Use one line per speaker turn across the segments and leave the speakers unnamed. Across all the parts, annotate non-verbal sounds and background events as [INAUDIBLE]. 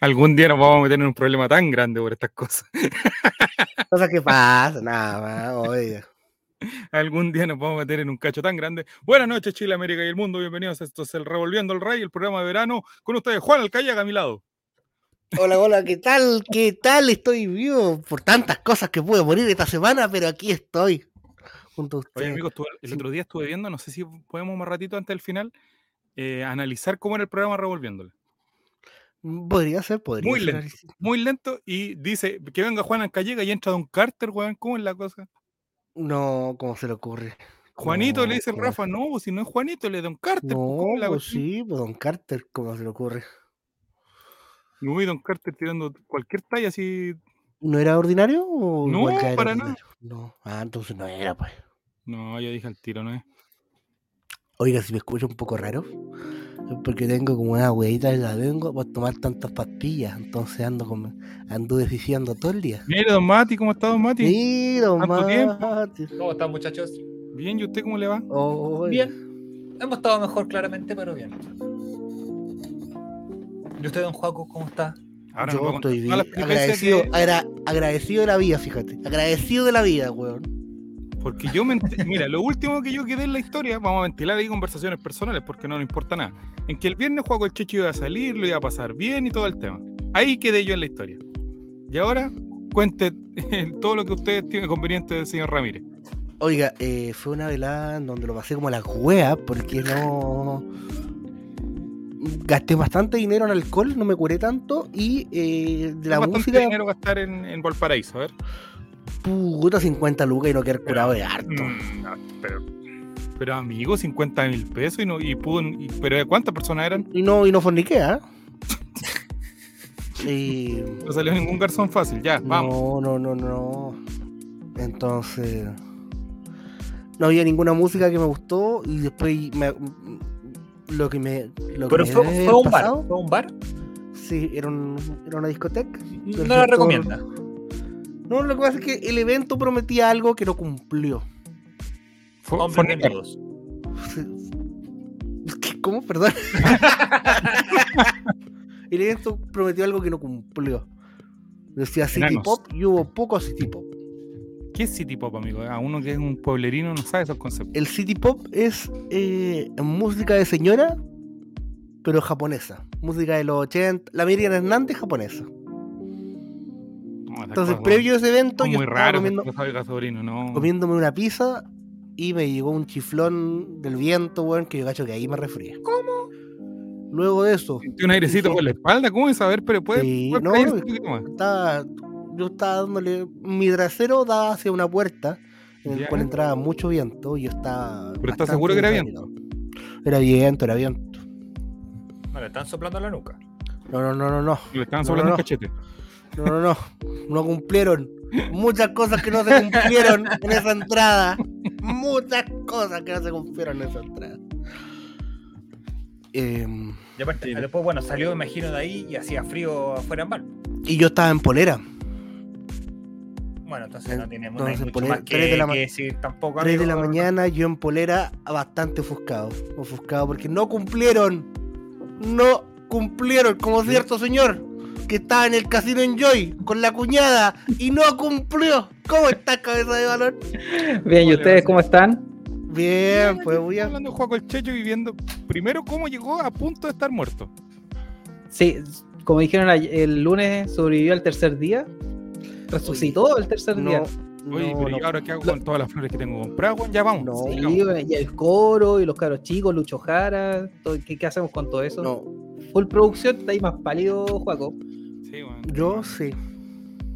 Algún día nos vamos a meter en un problema tan grande por estas cosas. [LAUGHS]
Cosas que pasan, nada más, oye.
Algún día nos vamos a meter en un cacho tan grande. Buenas noches, Chile, América y el mundo. Bienvenidos. Esto es el Revolviendo el Rey, el programa de verano. Con ustedes, Juan Alcayaga, a mi lado.
Hola, hola, ¿qué tal? ¿Qué tal? Estoy vivo por tantas cosas que pude morir esta semana, pero aquí estoy. Junto a
Oye,
ustedes.
amigos, tú- el otro día estuve viendo, no sé si podemos más ratito antes del final, eh, analizar cómo era el programa Revolviéndole.
podría ser, podría
Muy
ser.
lento. Muy lento y dice que venga Juan Alcayaga y entra Don Carter, weón. ¿Cómo es la cosa?
No, ¿cómo se le ocurre?
Juanito
No,
le dice el
no.
Rafa, no, si no es Juanito, le da Don Carter. pues,
No,
¿cómo es la
pues
cuestión?".
sí, pues Don Carter, ¿cómo se le ocurre?
Y Uy, Don Carter tirando cualquier talla así.
¿No era ordinario? O
No,
igual que era
para nada.
ordinario? No, ah, entonces no era, pues.
No, yo dije al tiro, ¿no es?
Oiga, si me escucho un poco raro, es porque tengo como una huevita en la lengua por tomar tantas pastillas, entonces ando con, ando desviciando todo el día.
Mire, Don Mati, ¿cómo está Don Mati?
Mira, don
¿Tanto tiempo?
Mati.
¿Cómo están muchachos?
Bien, ¿y usted cómo le va?
Oy.
Bien. Hemos estado mejor claramente, pero bien. ¿Y usted, don Juaco, cómo está?
nos va
Yo
a contar
estoy bien.
todas las peripecias
Agradecido,
que-
agra- agradecido de la vida, fíjate. Agradecido de la vida, weón.
Porque yo me ent- Mira, lo último que yo quedé en la historia, vamos a ventilar ahí conversaciones personales porque no nos importa nada. En que el viernes Juaco el Checho iba a salir, lo iba a pasar bien y todo el tema. Ahí quedé yo en la historia. Y ahora, cuente eh, todo lo que ustedes tienen conveniente, señor Ramírez.
Oiga, eh, fue una velada en donde lo pasé como la wea porque no. Gasté bastante dinero en alcohol, no me curé tanto. Y eh, de la
Es bastante
música,
dinero gastar en, en Valparaíso, a ver.
puta 50 lucas y no quedar curado de harto.
Mm, no, pero, pero amigo, 50 mil pesos y no, y pudo, y- pero ¿de cuántas personas eran?
Y no, y no
[LAUGHS]
forniqué, ¿ah? Y-
No salió ningún garzón fácil, ya, vamos.
No, no, no, no. Entonces, no había ninguna música que me gustó y después me- lo que me... Lo que
Pero
me
fue,
debe
fue un bar.
pasado,
¿Fue un bar?
Sí, era, un- era una discoteca.
No
Del
la
sector-
recomienda.
No, lo que pasa es que el evento prometía algo que no cumplió. [LAUGHS]
Fue- fue
Hombres
Nicolás.
desnudos.
¿Qué? ¿Cómo? Perdón. [LAUGHS] el evento prometió algo que no cumplió. Decía City
Enanos.
Pop y hubo poco City Pop.
¿Qué es City Pop, amigo? A uno que es un pueblerino no sabe esos conceptos.
El city pop es eh, música de señora, pero japonesa. Música de los 80. La Miriam Hernández japonesa.
No, esas
Entonces,
cosas
previo a ese evento,
pues, son
yo
muy
estaba
raras,
comiendo-
esas cosas, oiga, sobrino, no.
comiéndome una pizza y me llegó un chiflón del viento, weón, que yo cacho que ahí me refrié. ¿Cómo? Luego de eso,
Sentí un airecito por la espalda, ¿cómo es saber? Pero puede,
Sí,
puede
no,
caerse
no,
un poquito más.
estaba- yo estaba dándole. Mi trasero daba hacia una puerta en
Ya.
la cual entraba mucho viento y yo estaba.
¿Pero estás
bastante
seguro que era
desalineado. Era viento, era viento.
No le están soplando la nuca.
No, no, no, no, no.
Le estaban
No,
sobrando un
no, no.
cachete.
No, no, no. No cumplieron. Muchas cosas que no se cumplieron en esa entrada. Muchas cosas que no se cumplieron en esa entrada. Em,
Y aparte, Ah, después, bueno, salió, me imagino, de ahí y hacía frío afuera en bar.
y yo estaba en polera.
Bueno, entonces no tiene no hay
Eh, Entonces,
mucho
poner
más que,
tres de la ma-
que decir tampoco.
3 de la
amigo. [LAUGHS]
mañana, yo en polera, bastante ofuscado. Ofuscado porque no cumplieron. No cumplieron, como cierto señor que estaba en el casino en Joy con la cuñada y no cumplió. ¿Cómo estás, cabeza de balón?
Bien,
Vale,
¿y ustedes
vale.
cómo están?
Bien, pues voy a.
Hablando de Juaco el Checho viviendo. Primero, cómo llegó a punto de estar muerto.
Sí, como dijeron ayer- el lunes, sobrevivió al tercer día. Resucitó el tercer
No,
día.
Oye,
no,
pero
no.
¿y ahora qué hago con todas las flores que tengo compradas, Juan? Ya vamos.
No.
Sí,
sigamos.
y el coro, y los caros chicos, Lucho Jara. todo- ¿qué, qué hacemos con todo eso?
No,
Full producción, está ahí más pálido, Juaco.
Sí, weón.
yo sí.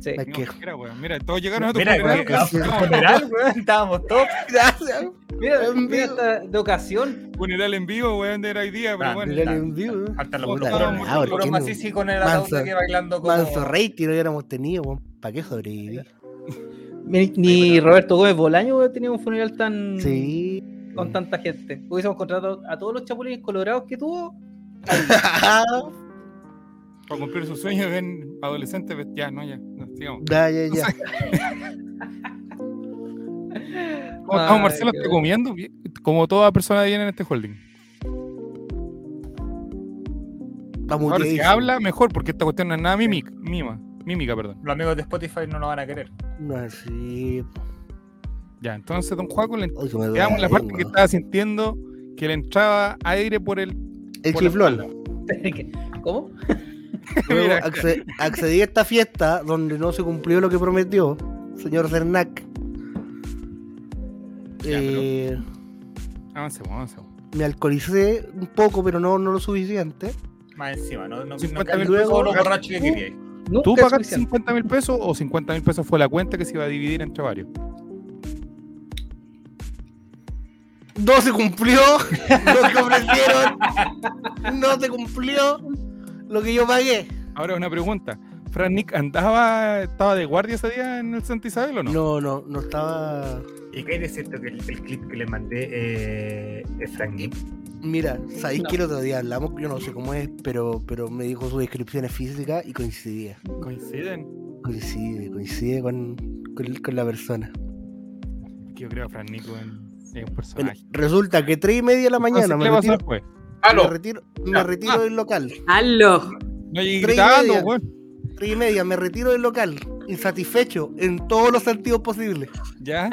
Sí.
Ay,
No,
que-
mira, weón, mira, todos llegaron a tu
Mira,
funeral, Ah,
weón,
weón.
estábamos en funeral, weón, ¿eh? estábamos todos.
Gracias.
Mira,
En
mira
vivo.
hasta de ocasión.
Funeral en vivo, weón, era hoy día, pero
Ah,
bueno.
Mira el en vivo, eh.
Faltan los
Puta,
puros-
cabrón,
los puros
¿quién-
macizi con el ataúd
Manso.
aquí bailando como...
Manso rating no hubiéramos tenido, ¿Para qué sobrevivir?
Ni, ni Roberto Gómez Bolaño hubiera tenido un funeral
Mm.
tan
Sí.
con tanta gente. Hubiésemos contratado a todos los chapulines colorados que tuvo. [LAUGHS]
Ah,
Para cumplir sus sueños, ven, adolescentes, ve- ya, no, ya, no, sigamos.
ya, ya,
[LAUGHS]
ya.
¿Cómo estamos,
Ay,
Marcelo?
qué
Ah, ¿Está
bueno.
comiendo? Bien, Como toda persona bien en este holding.
Está
Ahora, si
muteadísimo.
habla, mejor, porque esta cuestión no es nada mímica. Mima, mímica, perdón.
Los amigos de Spotify no lo van a querer.
No, así.
Ya, entonces, don Juaco, le
Ay, que me duele
quedamos en la parte
lengua.
que estaba sintiendo que le entraba aire por el. [LAUGHS]
El
por la
chiflón.
¿Cómo?
Luego
Mira.
acce- accedí a esta fiesta donde no se cumplió lo que prometió, señor Cernac.
Ya, pero-
Eh,
Avancemos, avancemos.
Me alcoholicé un poco, pero no, no lo suficiente.
Más encima, no, no, no
50
caen
mil
todos los
pesos.
borrachos que queríais.
Nunca
¿Tú
es
pagaste
suficiente.
50 mil pesos o 50 mil pesos fue la cuenta que se iba a dividir entre varios?
No se cumplió lo que ofrecieron. No se cumplió lo que yo pagué.
Ahora una pregunta. ¿Fran Nick andaba, estaba de guardia ese día en el Santa Isabel o no?
No, no, no estaba.
¿Y qué es cierto que el, el clip que le mandé eh, es Frank Gip?
Mira, sabéis
No.
que el otro día hablamos, yo no sé cómo es, pero, pero me dijo su descripción es física y coincidía.
Coinciden.
Coincide, coincide con, con- con la persona.
Que Yo creo que Fran Nick weón, es un
Bueno,
personaje.
resulta que 3 y media de la mañana
Entonces,
me
¿qué pasó
retiro,
después?
me
¡Aló!
retiro, me retiro del local.
¡Halo!
No llegué
Tres y
gritando,
media.
weón.
3 y media, me retiro del local, insatisfecho en todos los sentidos posibles.
Ya.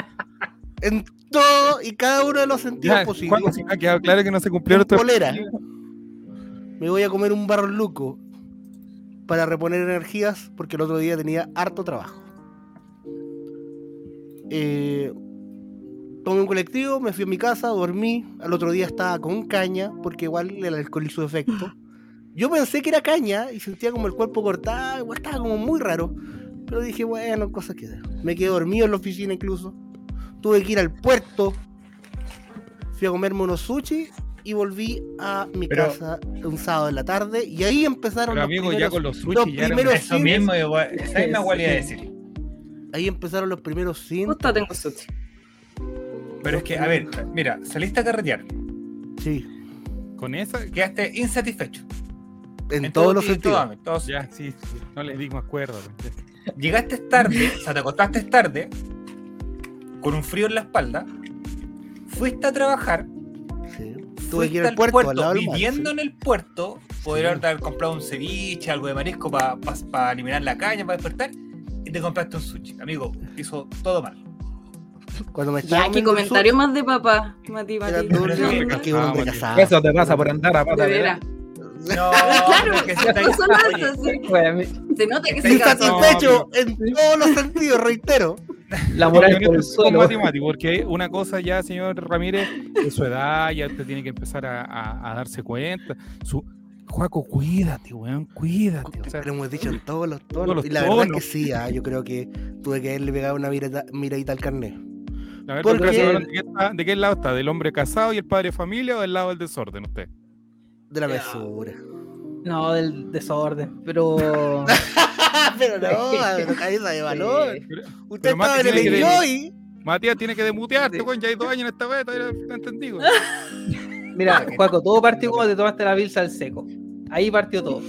En todo y cada uno de los sentidos
ya
posibles.
Juan, pues, si me ha quedado claro que no se cumplieron
Con
estos-
polera. Me voy a comer un barro luco para reponer energías porque el otro día tenía harto trabajo. Eh, tomé un colectivo, me fui a mi casa, dormí. Al otro día estaba con caña porque igual el alcohol
[LAUGHS]
hizo efecto. Yo pensé que era caña y sentía como el cuerpo cortado, igual estaba como muy raro. Pero dije, bueno, cosas que... Me quedé dormido en la oficina incluso. Tuve que ir al puerto. Fui a comerme unos sushi y volví a mi
Pero-
casa un sábado en la tarde. Y ahí empezaron
Pero
los
amigo, ya
primeros-
con los
los
sushi ya
primeros-
era
Pero
Eso
sí,
mismo, yo voy- esa misma igual iba a decir.
ahí empezaron los primeros síntomas.
Justo tengo sushi.
Pero es que, a ver, mira, saliste a carretear,
Sí,
con esa.
quedaste insatisfecho.
en,
En
todos
todo-
los
en todo
sentidos.
ámbito, todos-
Ya, sí, sí, no le digo acuerdo.
Llegaste tarde, o sea, te acostaste tarde, con un frío en la espalda, fuiste a trabajar,
Sí. Tuve
fuiste
que ir al puerto, al lado del mar,
viviendo
sí.
en el puerto,
Sí.
podrías haber comprado un ceviche, algo de marisco para eliminar la caña, para despertar, y te compraste un sushi. Amigo, hizo todo
[LAUGHS]
mal.
Cuando me estaba
Ya, qué
comiendo el
comentario más de papá, Mati,
sushi, era
Mati.
duro,
Pero
es que uno
Ah,
me
Mati.
casaba.
Eso te pasa por andar a pata
De
de
veras.
No,
Claro,
porque si
las
estáis-
personas
oye,
así.
Pues,
Se nota que se casó.
Insatisfecho en todos los sentidos, reitero.
La moral por el suelo.
este porque una cosa ya, señor Ramírez, de su edad ya usted tiene que empezar a, a- a darse cuenta. Su... Juaco, cuídate, weón, cuídate. O sea,
Lo hemos dicho en todos los tonos.
todos los
y la verdad es que
tonos.
sí, ah, yo creo que tuve que haberle pegado una mirada- miradita al carnet.
A ver,
Porque-
doctora Sabrán, ¿de, qué, está- de qué lado está? ¿Del hombre casado y el padre de familia o del lado del desorden usted?
De la
Ya.
mesura. [LAUGHS]
No, del desorden. Pero.
Ah, pero no, a ver, cabeza de valor.
Sí.
Usted
Pero más
estaba en
que
el
tiene que-
enjoy.
Matías tiene que demutearte,
Sí.
weón, ya hay dos años en esta weá, todavía no te entendí, weón.
Mira, Juaco, todo partió como te tomaste la bilsa al seco. Ahí partió todo.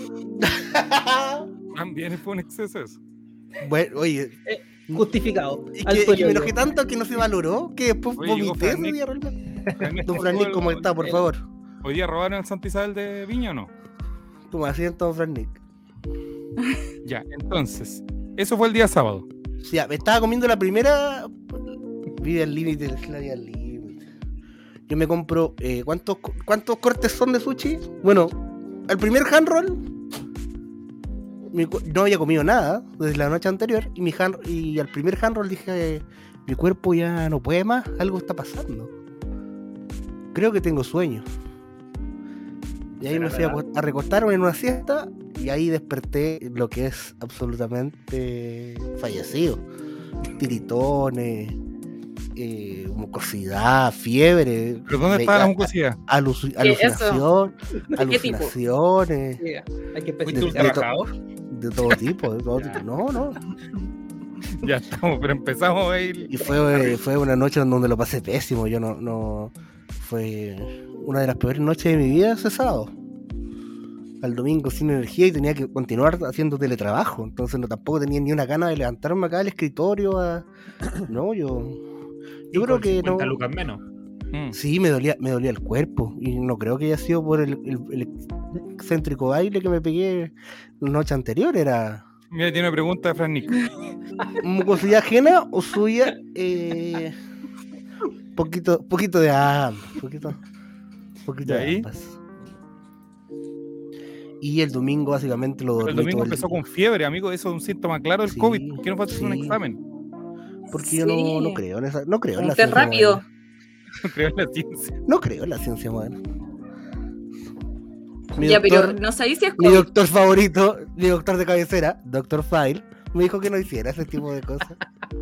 También fue un exceso eso.
bueno, oye,
Justificado.
es
al
que, y me
cuello.
enojé tanto que no se valoró que después
Oye, llegó
vomité ese
Fran [LAUGHS]
día realmente.
También
[LAUGHS] Don
pasó
Frannick,
el-
¿cómo está, por favor?
¿Hoy día robaron el Santa Isabel de Viña o no?
Tu asiento, Don Frannick.
Ya, entonces, eso fue el día sábado.
O sea, me estaba comiendo la primera. Vive al límite, es la vida al límite. Yo me compro. eh, ¿cuántos, co- ¿Cuántos cortes son de sushi? Bueno, al primer hand roll. mi cu- no había comido nada desde la noche anterior. Y, mi hand- y al primer hand roll dije: Mi cuerpo ya no puede más, algo está pasando. Creo que tengo sueño. Y ahí me fui a, acos- a recostarme en una siesta y ahí desperté lo que es absolutamente fallecido. Tiritones, eh, mucosidad, fiebre,
¿Pero dónde
Me-
estaba la
a-
mucosidad?
aluci-
¿Qué es eso?
alucinación,
qué tipo?
alucinaciones
Mira, hay que
¿Fuiste
de-
un
de
especificar.
to-
trabajador?
de todo tipo, de todo tipo. No, no.
[LAUGHS] Ya estamos, pero empezamos a ir.
Y fue, eh, fue una noche en donde lo pasé pésimo. Yo no, no. Fue una de las peores noches de mi vida ese sábado. Al domingo sin energía y tenía que continuar haciendo teletrabajo. Entonces no tampoco tenía ni una gana de levantarme acá al escritorio.
[LAUGHS]
a- No, yo. Yo creo
con
que
50
no.
lucas menos.
Mm.
Sí, me dolía, me dolía el cuerpo. Y no creo que haya sido por el, el- el- excéntrico baile que me pegué la noche anterior era
Mira, tiene una pregunta de Fran Nick.
mucosidad ajena o suya. Eh, poquito, poquito de ambas. Poquito, poquito
¿Y
de
ahí?
ambas. Y el domingo básicamente lo
El
dormí
domingo
todo el
empezó
día,
con fiebre, amigo. Eso es un síntoma claro del
Sí,
COVID. ¿Por qué no fue a hacer un
sí.
examen? [LAUGHS]
Porque yo no, no
Sí.
creo en esa, no creo en
Un
la
té
ciencia
rápido.
moderna.
No creo en la ciencia.
No creo en la ciencia moderna. Mi
Ya, pero
doctor-
no sabéis si es
Mi
COVID.
doctor favorito, mi doctor de cabecera, Doctor File, me dijo que no hiciera ese tipo de cosas. [LAUGHS]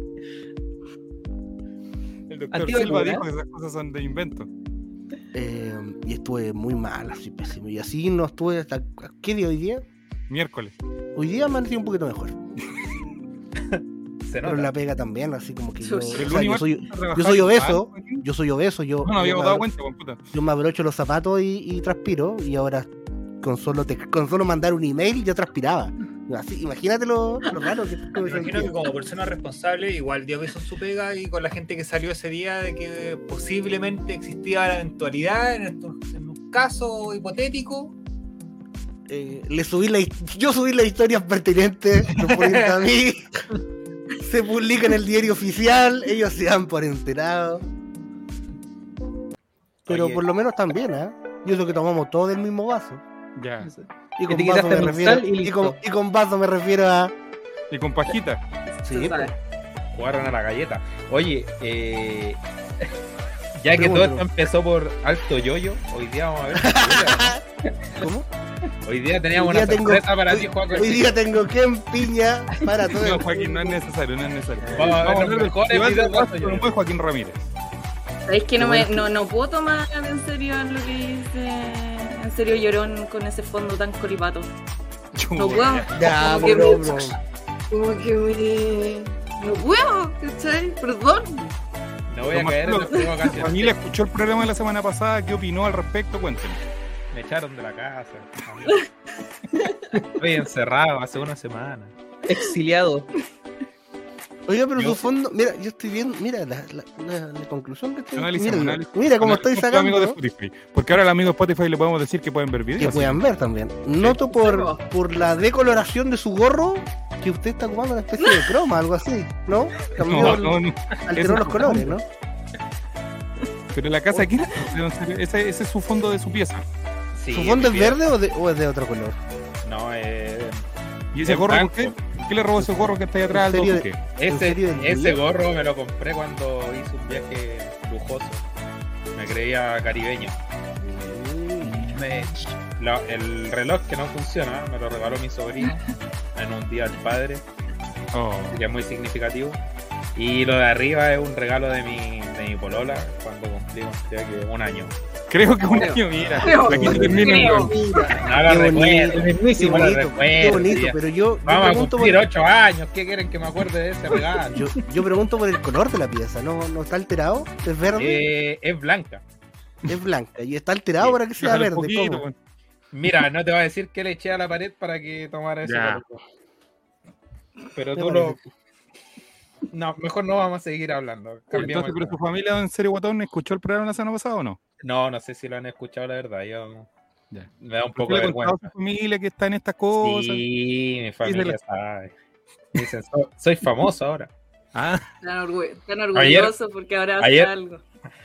El doctor
Antídoto,
Silva
¿verdad?
dijo que esas cosas son de invento.
Eh, y estuve muy mal, así pésimo. Y así no estuve hasta. ¿Qué día hoy día?
Miércoles.
Hoy día me han sido un poquito mejor.
Se
Pero
nota.
la pega también, así como que yo.
Chuch.
El
o sea,
lunes
yo
igual
soy,
trabajar
yo soy
igual,
obeso.
weón.
yo soy obeso, yo,
No nos
yo,
habíamos
me
dado
abro-
cuenta, weón, puta.
yo me abrocho los zapatos y, y transpiro. Y ahora con solo, te, con solo mandar un email ya transpiraba. Así, imagínate lo, lo raro que, que me
Me imagino que
sentía.
como persona responsable, igual dio aviso en su pega y con la gente que salió ese día de que posiblemente existía la eventualidad en, estos- en un caso hipotético.
Eh, le subí la, his- yo subí las historias pertinentes, lo ponen a mí. Se publica en el diario oficial, ellos se dan por enterados. Pero
Oye.
por lo menos también, ¿eh? Y eso que tomamos todos del mismo vaso.
Ya.
Y
Que
Este
con, vaso
te quitaste
me
el
refiero,
sal y
y, con,
listo.
y con vaso me refiero a.
Y con pajita.
Sí,
sabes.
Jugaron a la galleta. Oye, eh, [LAUGHS] ya que
Pregúntalo.
todo esto empezó por alto yoyo, hoy día vamos a
[LAUGHS]
ver.
¿Cómo?
hoy día teníamos
Hoy día
una
tengo-
sorpresa para
hoy-
ti, Juan.
Hoy día tengo que en piña para todo.
No,
el
Joaquín, no es
mundo.
necesario, no es necesario.
Vamos a ver los
hablar del
mejores
festival del
videos de
Vasco con un
Antonio.
buen Joaquín Ramírez.
Sabéis que no,
Qué bueno
me,
que-
no, no puedo tomar en serio lo que dice. En serio, llorón con ese fondo tan colipato. No puedo.
Ya,
como que
bro,
me-
bro.
Como que me. No puedo, ¿cachai? Perdón.
No voy a
Tomás,
caer en
no.
las provocaciones.
Familia escuchó el programa de la semana pasada, ¿qué opinó al respecto? Cuéntenme.
Me echaron de la casa. Estoy encerrado hace una semana.
Exiliado.
Oiga, pero
Yo-
su fondo. Mira, yo estoy viendo. Mira la, la, la- la conclusión que estoy
Analicemos,
Mira,
analicemos.
mira cómo
Bueno,
estoy
con los amigos
sacando.
de Spotify, porque ahora al amigo de Spotify le podemos decir que pueden ver
Que
videos.
puedan ver también. Noto por, por la decoloración de su gorro que usted está ocupando una especie de croma, algo así, ¿no? Cambió,
No,
el-
no, no. eso
alteró
es
los colores, ¿no?
Pero la casa aquí, en serio, ese, ese es su fondo de su pieza.
Sí,
¿Su fondo es
mi vida-
verde o, de- o es de otro color?
No, eh,
¿Y ese
Es
gorro
blanco.
usted? ¿Qué le robó ese gorro que está ahí atrás?
¿En
al
serio?
Duque?
¿En serio,
Ese,
en
ese
serio?
gorro me lo compré cuando hice un viaje lujoso. Me creía caribeño.
Mm.
Me- la- el reloj que no funciona me lo regaló mi sobrino en un día del padre,
Oh,
que es muy significativo. Y lo de arriba es un regalo de mi, de mi polola cuando cumplimos creo que un año.
creo que un año, mira.
Creo.
Aquí se termina el
Creo.
guión.
No lo
Qué
recuerdo,
bonito, Qué
mismísimo.
Bueno,
bonito, qué
recuerdo,
bonito,
ya.
pero yo, yo
Vamos a
pregunto por,
cumplir ocho años. ¿Qué quieren que me acuerde de ese regalo? [LAUGHS]
yo, yo pregunto por el color de la pieza, ¿no, no está alterado? ¿Es verde?
Eh, es blanca.
Es blanca y está alterado
Sí,
para que sea
Déjalo un
verde.
poquito,
¿cómo?
bueno.
Mira, no te voy a decir que le eché a la pared para que tomara ese
Ya.
color. Pero
Me
tú lo. No, mejor no vamos a seguir hablando.
Entonces,
Cambiamos el
¿pero su
tema.
familia en serio guatón escuchó el programa la semana pasada o no?
No, no sé si lo han escuchado, la verdad. Yo...
Ya.
Me da un
¿Por
poco
qué
de
le contaba a
vergüenza.
su familia que está en estas cosas?
Sí, mi
Y se
familia
la-
sabe. Dicen, "So- soy famoso ahora.
Ah,
Tan, orgu- tan orgulloso porque ahora hace
ayer-
algo.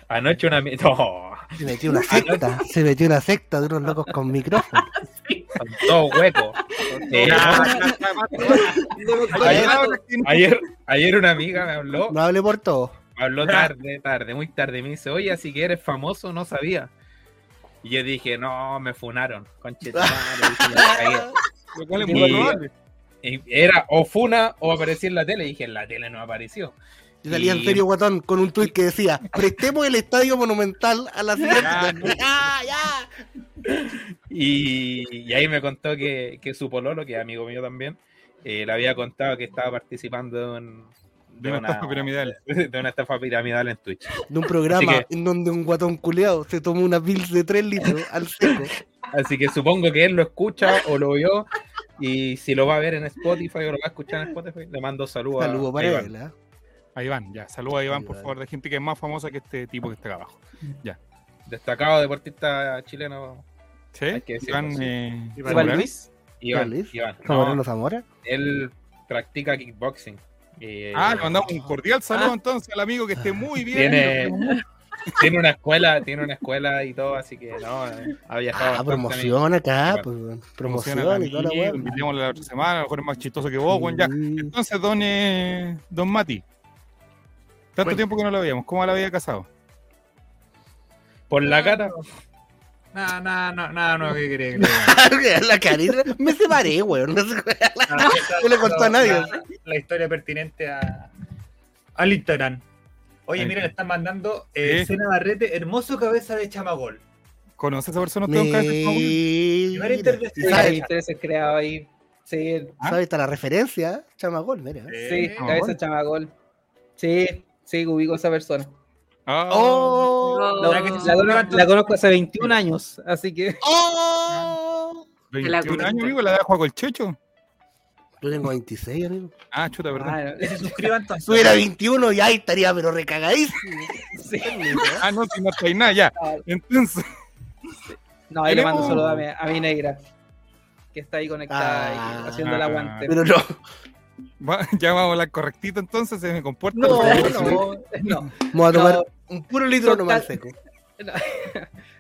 Anoche una. ami- [LAUGHS] No,
Se metió una secta, se metió una secta de unos locos con micrófono.
son todos huecos.
[LAUGHS]
Eh, Ayer- ayer, ayer una amiga me habló.
No hable por todo.
Me habló tarde, tarde, muy tarde. y Me dice, oye, así que eres famoso, no sabía. Y yo dije, no, me funaron. Conchetumare", dije, "la cagué".
lo cual es
Y-
muy probable.
Y Era o funa o aparecía en la tele. Y dije, en la tele no
[LAUGHS]
apareció.
Yo salía en
Y-
serio guatón con un tuit que decía, prestemos el estadio monumental a la
[LAUGHS] Ya,
siguiente.
no. Y, y ahí me contó que, que su pololo, que es amigo mío también, eh, le había contado que estaba participando de, un-
De una estafa piramidal.
de una estafa piramidal en Twitch.
De un programa
Así
en donde un guatón culeado se tomó una pils de tres litros al seco.
Así que supongo que él lo escucha o lo vio. Y si lo va a ver en Spotify o lo va a escuchar en Spotify, le mando saludos. a-
Saludo
a
para
Iván.
él, ¿eh?
A Iván, ya. Saluda a Iván, por
Iván.
favor, de gente que es más famosa que este tipo que está acá abajo.
destacado deportista chileno
¿Sí?
Hay que decirlo,
Iván,
sí.
eh,
Iván
Iván
Zamorano.
Luis.
Iván,
Luis?
Iván. No,
Camarero Zamora.
él practica kickboxing. Eh,
Ah, le mandamos un cordial
Ah.
saludo entonces al amigo que esté muy bien.
tiene, tiene una escuela, tiene una escuela y todo, así que no, eh, ha viajado.
Ah,
bastante.
promoción acá,
Iván.
pues, weón.
Promociona
promoción y
también,
toda la weá. Mm.
invitémosle la otra semana, a lo mejor es más chistoso que vos, Juan, Oh, ya.
Sí.
Entonces, don, eh, don Mati, tanto
Bueno.
tiempo que no lo veíamos, ¿cómo la había casado?
Por la cara.
Ah,
Nada, nada, nada, nada nuevo que querer.
[LAUGHS] la carita, me separé,
[LAUGHS]
weón. No sé, No le contó a nadie.
La, la historia pertinente a, al Instagram. Oye,
Ahí
mira,
está.
le están mandando
¿Eh?
eh, Cena Barrete, hermoso cabeza de chamagol.
¿Conoce a esa persona usted, don Carlos?
Primera
Mira,
intervención.
y
Hay
¿Sabes?
Ay,
intereses creados ahí. Sí,
¿Ah?
¿Sabes? Está la referencia, chamagol, mira.
sí,
Eh,
cabeza chamagol. Sí, sí, ubico a esa persona.
Ah,
¡Oh!
Oh,
La,
que
la conozco, la conozco hace 21 años, así que.
¡Oh!
21
la-
años, amigo, la de Juan el Checho.
Yo tengo 26, amigo.
Ah, chuta, perdón.
Ah,
que se suscriban entonces.
Tuviera 21 y ahí estaría, pero recagadísimo.
no, sí.
Ah, no, si no estáis nada, ya. Entonces, [LAUGHS]
No, ahí le mando un
Tenemos-
saludo a mi, a mi negra, que está ahí conectada
Ah.
y haciendo el aguante.
Pero no,
va- ya vamos a hablar correctito, entonces se me comporta.
No,
por favor.
no, no,
vamos a tomar
No.
un puro litro
Son
nomás
cal-
seco.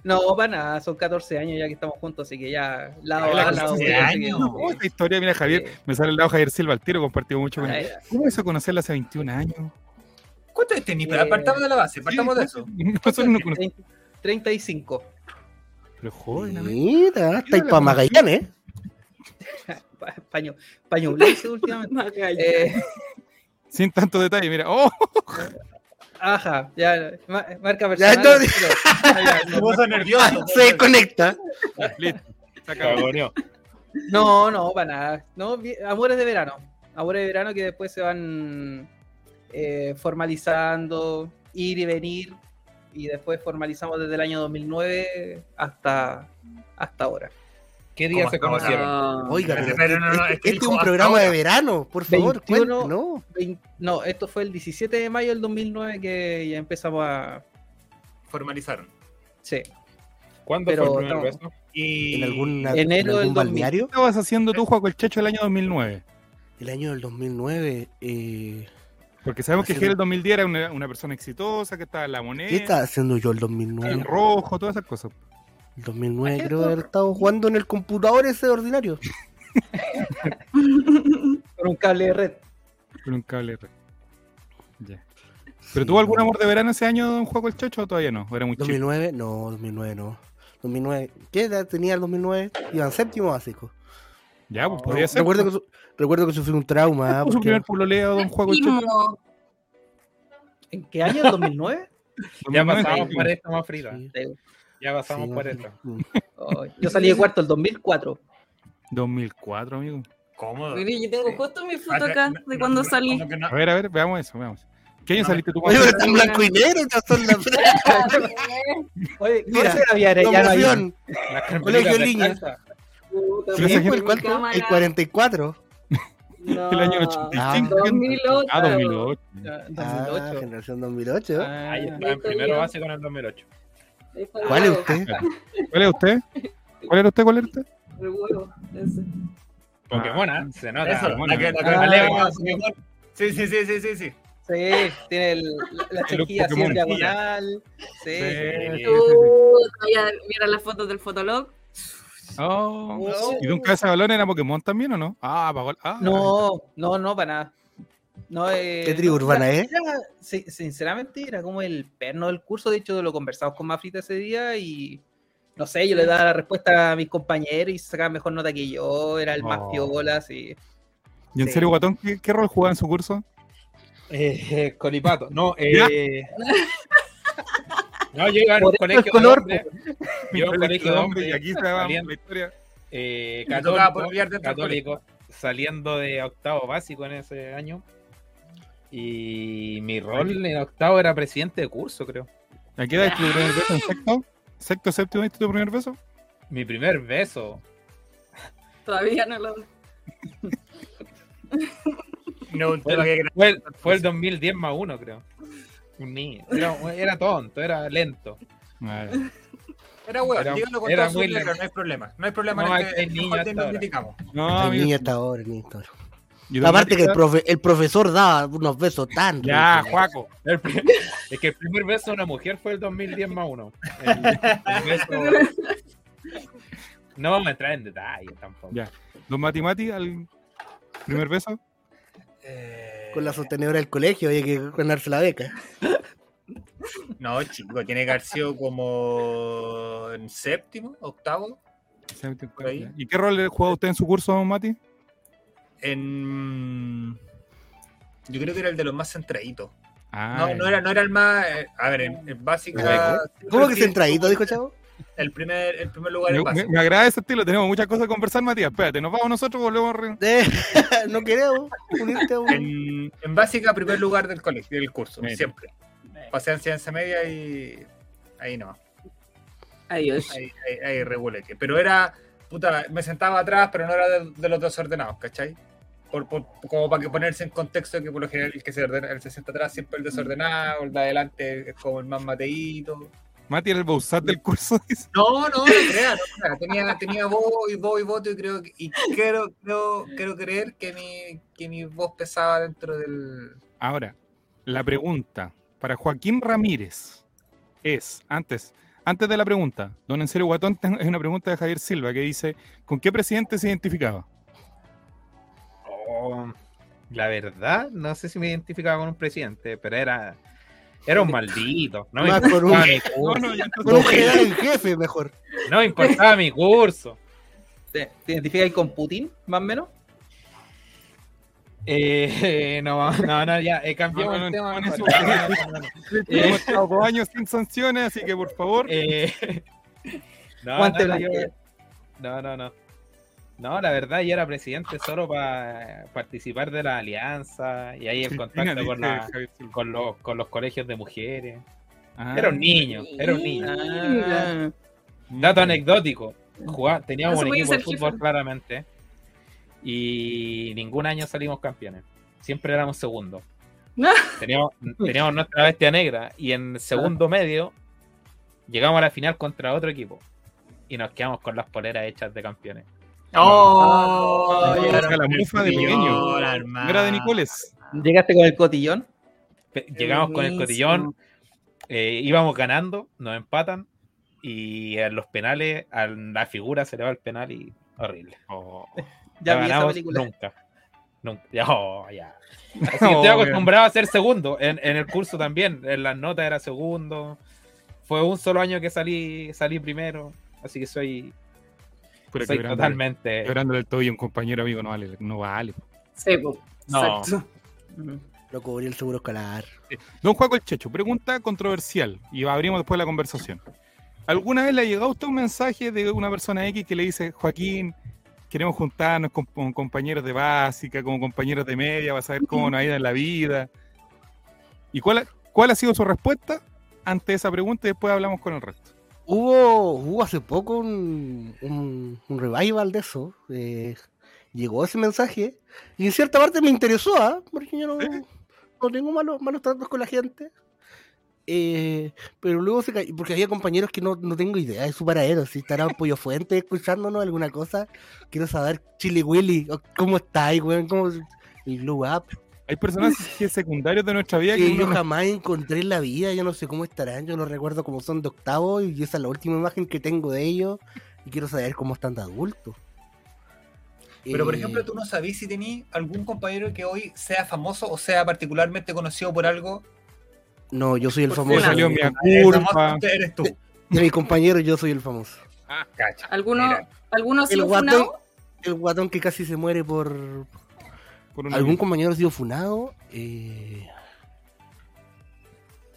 no, para nada, son 14 años ya que estamos juntos, así que ya, lado
Ah,
A, lado B.
14
así que-
años.
¿Cómo esta historia? Mira, Javier, me sale el lado Javier Silva al tiro, compartido mucho con él.
Ay,
¿Cómo hizo conocerla hace 21 años? [LAUGHS]
¿Cuánto es tenis?
Eh,
Pero partamos de la base, partamos de eso.
Nosotros no conocemos.
30 35.
Pero joven, amigo.
Mira, estáis
Mira la
para Magallanes. ¿eh?
Pa- Paño, pañolense últimamente.
Magallanes.
Eh,
Sin tanto detalle, mira.
[LAUGHS]
¡Oh!
ajá, ya, ma- marca personal.
no-
Ya, ya,
Me puso nervioso.
Se desconecta.
Listo. Se acabó.
Cagoneó.
No, no, para nada. No, vi- amores de verano. Amores de verano que después se van eh, formalizando, ir y venir. Y después formalizamos desde el año 2009 hasta, hasta ahora.
¿Qué día
¿Cómo
se
estamos?
conocieron?
Ah.
Oiga, pero,
Pero no, no,
este-
es
este
que
es
dijo
un
hasta
programa
ahora.
de verano, por favor,
21.
cuente, no.
Vein- No, esto fue el 17 de mayo del 2009 que ya empezamos a...
Formalizaron.
Sí.
¿Cuándo
Pero
fue el primer
estamos-
beso?
Y
En, alguna,
Enero
en
del
algún
2000.
balneario.
¿Qué estabas haciendo tú, Juan el Checho, el año 2009?
El año del 2009. Eh,
Porque sabemos que
Haciendo-
Javier el 2010 era una, una persona exitosa, que estaba en la
¿Qué
moneda,
estaba haciendo yo el 2009?
en rojo, todas esas cosas.
El 2009 creo que haber estado jugando en el computador ese ordinario.
Con un cable de red.
Con un cable. re- Ya. ¿Pero tuvo algún amor de verano ese año, don Juan el Checho, o todavía no? Era muy chico.
2009, no, 2009 no. 2009, ¿qué edad tenía el 2009? Iba en séptimo básico.
Ya, pues
Oh, No, ah,
podría ser.
Recuerdo que, su- recuerdo que sufrí
[LAUGHS]
un trauma.
Fue su
porque-
primer pololeo, don Juan el Checho.
Timo.
¿En qué año? ¿El [LAUGHS] 2009?
Ya
2009,
pasamos
sí.
por esto, más Frida.
Sí,
Ya pasamos
sí, [LAUGHS]
por esto.
Oh, yo salí de cuarto el 2004.
2004, amigo.
cómodo.
Mire, yo tengo justo mi foto
Acá-
acá
no,
de
no,
cuando
no,
salí.
como que no-
A ver, a ver, veamos eso, veamos. ¿Qué año
No,
saliste tú, Juan?
Oye, pero está en blanco y negro, [LAUGHS] ya son las
[LAUGHS]
Oye, ¿cómo
Mira,
se había- ya no había-
promoción.
Las
Colegio
carpetitas
en
de
línea.
salsa.
Sí, esa
¿Ese fue
gente-
el pues, cuánto? El
Cámara.
44.
El año 85.
Ah,
2008.
Ah, 2008.
Ah,
Ah,
2008.
generación 2008.
Ah,
Ahí estaba en primero básico en el 2008.
Ahí está el
¿Cuál es
huevo,
usted?
¿Cuál es usted? ¿Cuál era usted? ¿Cuál era usted?
el huevo, ese.
Pokémon, ¿ah? se nota.
Eso,
bueno.
la que- la que- la
Ah,
leo,
bueno.
así mejor. Sí, sí, sí, sí, sí, sí.
Sí, tiene el- la- la
El look
chasquilla así
Pokémon.
en diagonal.
Ah,
Sí.
Sí.
Puta, ya, Mira las fotos del fotolog.
Oh. ¿Y de un cabeza de balón era Pokémon también o no? Ah, apagó- ah,
No, no, no, para nada. No, eh,
¿Qué tribu
no,
urbana
era-
es?
era- si- sinceramente, era como el perno del curso. De hecho, lo conversamos con Mafrita ese día y no sé, yo le daba la respuesta a mis compañeros y sacaba mejor nota que yo. Era el más
Oh.
piola, así.
¿Y en
Sí.
serio, Guatón, qué, qué rol jugaba en su curso?
Eh, eh, Colipato. No, eh. [LAUGHS] No, yo iba a un
Por eso
colegio
es color,
de hombres, Yo iba a un colegio de hombres
y aquí se va la historia.
eh,
Me tocaba
católico,
pololear dentro del
católico, saliendo de octavo básico en ese año. Y mi rol en octavo era presidente de curso, creo.
¿A qué edad es tu primer beso en sexto? ¿Sexto, séptimo, diste tu primer beso?
Mi primer beso.
Todavía no lo.
No, un
Fue
tema que
el, fue el- fue el 2010 más uno, creo. Un niño. Era, era tonto, era lento.
Ah,
Era hueón,
Era-
díganlo con
era
todas sus
muy
letras,
lento.
no hay problema. No hay problema
No,
en
hay- hay
este
niños
no
hasta
nos
ahora.
criticamos.
No,
El
amigo,
niño está ahora, el niño está ahora.
yo
Aparte que el,
también-
profe- el profesor daba unos besos tan
Ya,
ricos.
Juaco.
El pri- [LAUGHS] es que el primer beso de una mujer fue el 2010 más uno. El- el beso- No vamos a entrar en detalle tampoco.
Ya. Don Mati Mati, al primer beso.
Eh,
Con la sostenedora del colegio, hay que ganarse la beca.
No, chico, tiene que haber sido como en séptimo, octavo. ahí.
¿Y qué rol le jugaba usted en su curso, don Mati?
En. Yo creo que era el de los más centraditos.
Ah,
No, no era, no era el más. eh, a ver, en, en básica. siempre
¿Cómo que
fui el-
centradito, dijo chavo?
El primer, el primer lugar
Me,
en básica.
me- me agrada ese estilo, tenemos muchas cosas que conversar, Matías. Espérate, nos vamos nosotros, volvemos. re-
Eh, [LAUGHS] no queremos unirte a un...
En, en básica, primer lugar del colegio, del curso,
Mira.
siempre. Pasé en ciencia media y. Ahí no.
Adiós.
Ahí, ahí, ahí revuelete. Pero era. Puta, me sentaba atrás, pero no era de, de los desordenados, ¿cachai? Por, por- como para que ponerse en contexto de que por lo general el que se, ordena, el se sienta atrás siempre es el desordenado, el de adelante es como el más mateíto.
Mati era el Bousat del curso. [LAUGHS] dice.
No, no, no creas, no creas. Tenía, tenía voz y voz y voto y creo que- y quiero, creo, quiero creer que mi, que mi voz pesaba dentro del.
Ahora, la pregunta para Joaquín Ramírez es, antes, antes de la pregunta, don En serio Guatón ten- es una pregunta de Javier Silva que dice, ¿con qué presidente se identificaba?
Oh, la verdad, no sé si me identificaba con un presidente, pero era. Era un maldito. No me
Más con un,
importaba mi curso.
no, ya entonces-
con un general en jefe, mejor.
No me importaba mi curso.
¿Te, te identificas ahí con Putin, más o menos?
Eh, [LAUGHS] no, no, no, ya, eh, cambiamos
No, no,
el
no,
tema.
no,
mejor.
eso-
No, no, no.
Hemos estado dos años sin sanciones, así que por favor,
Eh,
[LAUGHS]
[LAUGHS] no,
Guante
no, yo-
blanco.
no, no, no. No, la verdad, yo era presidente solo para participar de la alianza y ahí el
Cristina,
contacto con,
dice
la-
Javier Silva.
con, los, con los colegios de mujeres.
Ah,
Era un niño, era un niño.
Ah,
Dato anecdótico. jugá- teníamos
No se
un
podía
equipo de
ser
fútbol
jefe.
claramente y ningún año salimos campeones. Siempre éramos segundos. Teníamos, teníamos nuestra bestia negra y en segundo medio llegamos a la final contra otro equipo y nos quedamos con las poleras hechas de campeones.
¡Oh!
Era
Llegaron
la
con el
mufa de
cotillón,
pequeño.
hermano.
Era de Nicoles.
¿Llegaste con el cotillón?
Pe- Llegamos con el cotillón, eh, íbamos ganando, nos empatan y en los penales a la figura se le va el penal y horrible.
Ya
No
vi esa
ganamos
película.
Nunca. Nunca. Ya, oh,
[LAUGHS]
ya. Así que estoy acostumbrado a ser segundo. En, en el curso también. En las notas era segundo. Fue un solo año que salí, salí primero. Así que soy,
Pero
soy
quebrándole-
totalmente.
quebrándole el tobillo a un compañero amigo no vale, no vale.
Sí, po.
No.
Exacto.
Mm. Lo cubrió el seguro escalar.
Don Juaco el Checho, pregunta controversial y abrimos después la conversación. ¿Alguna vez le ha llegado a usted un mensaje de una persona X que le dice, Joaquín, queremos juntarnos con, con compañeros de básica, como compañeros de media, para saber cómo nos ha ido en la vida? ¿Y cuál, ha- cuál ha sido su respuesta ante esa pregunta? Y después hablamos con el resto.
Hubo, hubo hace poco un, un, un revival de eso. eh, llegó ese mensaje y en cierta parte me interesó, ¿ah? porque yo no, no tengo malos, malos tratos con la gente. eh, pero luego se cayó, porque había compañeros que no, no tengo idea de su paradero. Si estará en Pollo Fuente escuchándonos alguna cosa, quiero saber, Chili Willy, o- ¿cómo estáis, weón? ¿Cómo el glow up?
Hay personajes secundarios de nuestra vida que
que yo
uno no-
jamás encontré en la vida, yo no sé cómo estarán, yo no recuerdo cómo son de octavo y esa es la última imagen que tengo de ellos y quiero saber cómo están de adultos.
Pero por
Eh,
ejemplo, tú no sabés si tenías algún compañero que hoy sea famoso o sea particularmente conocido por algo.
No, yo soy el
Por
famoso.
salió mi
El
culpa.
famoso eres tú.
De mis compañeros, yo soy el famoso.
Cacha.
¿Alguno,
Mira,
¿alguno ha
El
sido
guatón,
funado?
el guatón que casi se muere por...
por una-
¿Algún compañero ha sido funado? Eh,